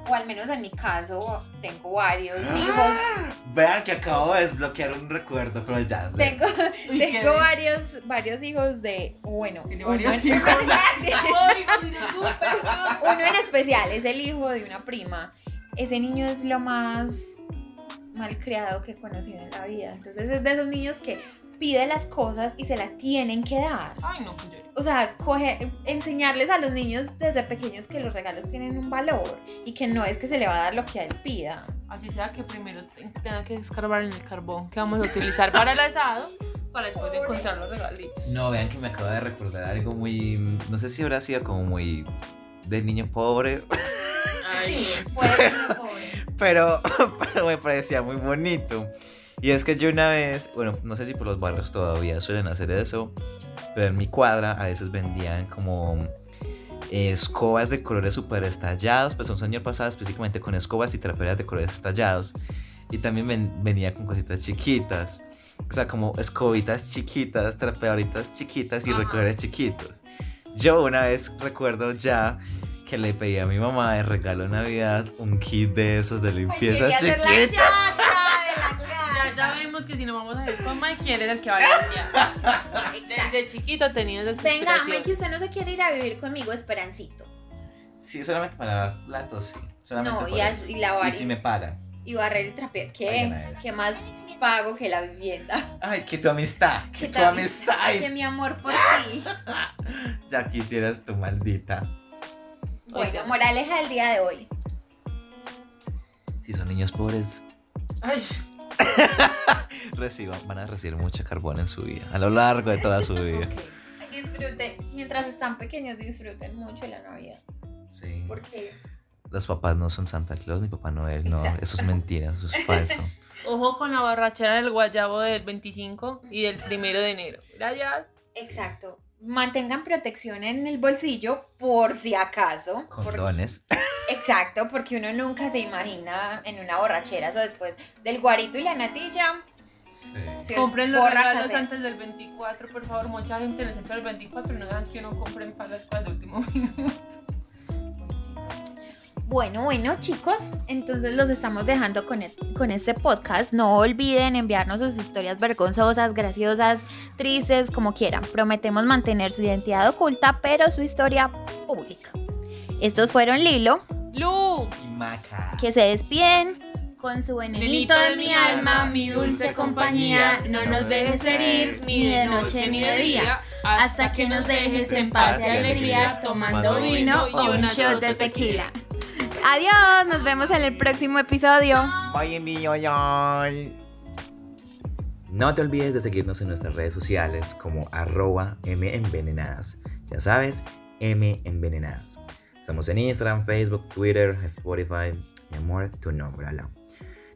Speaker 3: o al menos en mi caso, tengo varios hijos,
Speaker 1: Vean que acabo de desbloquear un recuerdo, pero ya.
Speaker 3: tengo,
Speaker 2: Uy, qué
Speaker 3: tengo varios, varios hijos de, bueno,
Speaker 2: Tiene
Speaker 3: uno
Speaker 2: varios
Speaker 3: en-
Speaker 2: hijos. Ay, Dios, tú, perdón.
Speaker 3: Uno en especial es el hijo de una prima. Ese niño es lo más malcriado que he conocido en la vida. Entonces es de esos niños que pide las cosas y se las tienen que dar.
Speaker 2: Ay, no, pues yo.
Speaker 3: O sea, coge- enseñarles a los niños desde pequeños que los regalos tienen un valor y que no es que se le va a dar lo que a él pida.
Speaker 2: Así sea que primero te- tenga que escarbar en el carbón que vamos a utilizar para el asado para después
Speaker 3: Pobre.
Speaker 2: encontrar los regalitos.
Speaker 1: No, vean que me acabo de recordar algo muy. No sé si habrá sido como muy. de niño pobre.
Speaker 2: Ay,
Speaker 3: Fue muy pobre.
Speaker 1: Pero, pero me parecía muy bonito. Y es que yo una vez. Bueno, no sé si por los barrios todavía suelen hacer eso. Pero en mi cuadra a veces vendían como. eh, escobas de colores súper estallados. Pues un señor pasaba específicamente con escobas y traperas de colores estallados. Y también ven- venía con cositas chiquitas. O sea, como escobitas chiquitas, trapeaditas chiquitas y
Speaker 2: Ajá.
Speaker 1: recogedores chiquitos. Yo una vez recuerdo ya que le pedí a mi mamá de regalo de Navidad un kit de esos de
Speaker 3: Ay, quería
Speaker 1: limpieza
Speaker 3: hacer la
Speaker 1: chiquita.
Speaker 3: chata de la
Speaker 2: ya
Speaker 3: casa.
Speaker 2: sabemos que si nos vamos a ir con Mike, ¿quién es el que va a limpiar? Desde chiquita tenía esa
Speaker 3: Venga,
Speaker 2: inspiración.
Speaker 3: Mike, usted no se quiere ir a vivir conmigo, Esperancito.
Speaker 1: Sí, solamente para lavar platos, sí. Solamente
Speaker 3: No,
Speaker 1: por
Speaker 3: y, a-
Speaker 1: eso.
Speaker 3: y lavar
Speaker 1: Y si me pagan.
Speaker 3: y barrer y trapear.
Speaker 1: Vayan
Speaker 3: ¿Qué?
Speaker 1: a eso.
Speaker 3: ¿Qué más pago que la vivienda?
Speaker 1: Ay, que tu amistad, que
Speaker 3: Que
Speaker 1: tu
Speaker 3: tu
Speaker 1: amistad. ¡Ah! Ay,
Speaker 3: Que mi amor por ti.
Speaker 1: ya quisieras tu maldita.
Speaker 3: Bueno, moraleja del día de hoy.
Speaker 1: Si son niños pobres,
Speaker 2: Ay,
Speaker 1: reciban, van a recibir mucho carbón en su vida, a lo largo de toda su vida.
Speaker 3: Ok. Disfruten, mientras están pequeños, disfruten mucho la Navidad.
Speaker 1: Sí.
Speaker 3: Porque
Speaker 1: Los papás no son Santa Claus ni Papá Noel, no,
Speaker 3: Exacto.
Speaker 1: eso es mentira, eso es falso.
Speaker 2: ojo con la barrachera del guayabo del 25 y del primero de enero. Gracias.
Speaker 3: Exacto. mantengan protección en el bolsillo por si acaso. porque-
Speaker 1: Condones.
Speaker 3: exacto, porque uno nunca se imagina en una borrachera o después del guarito y la natilla.
Speaker 1: Sí.
Speaker 3: se
Speaker 2: Compren los
Speaker 3: borra
Speaker 2: regalos
Speaker 3: casero.
Speaker 2: antes del 24, por favor. Mucha gente en el centro del 24 no dejan que uno compre en palas cuando último minuto.
Speaker 3: Bueno, bueno, chicos, entonces los estamos dejando con, e- con este podcast. No olviden enviarnos sus historias vergonzosas, graciosas, tristes, como quieran. Prometemos mantener su identidad oculta, pero su historia pública. Estos fueron Lilo,
Speaker 2: ¡Lu!
Speaker 1: Y maca.
Speaker 3: que se despiden con su venenito de mi alma, mi dulce compañía. No nos dejes herir, ni de noche ni de día. Hasta que nos dejes en paz y alegría tomando vino o un shot de tequila. Adiós, nos vemos en el próximo episodio.
Speaker 1: Bye, mi yoyoy. No te olvides de seguirnos en nuestras redes sociales como arroba menvenenadas. Ya sabes, M envenenadas. Estamos en Instagram, Facebook, Twitter, Spotify. Mi amor, tu nombre, ala.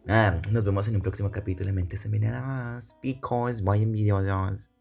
Speaker 1: Nada, nos vemos en un próximo capítulo de Mentes Envenenadas. Picos, bye, mi yoyoy.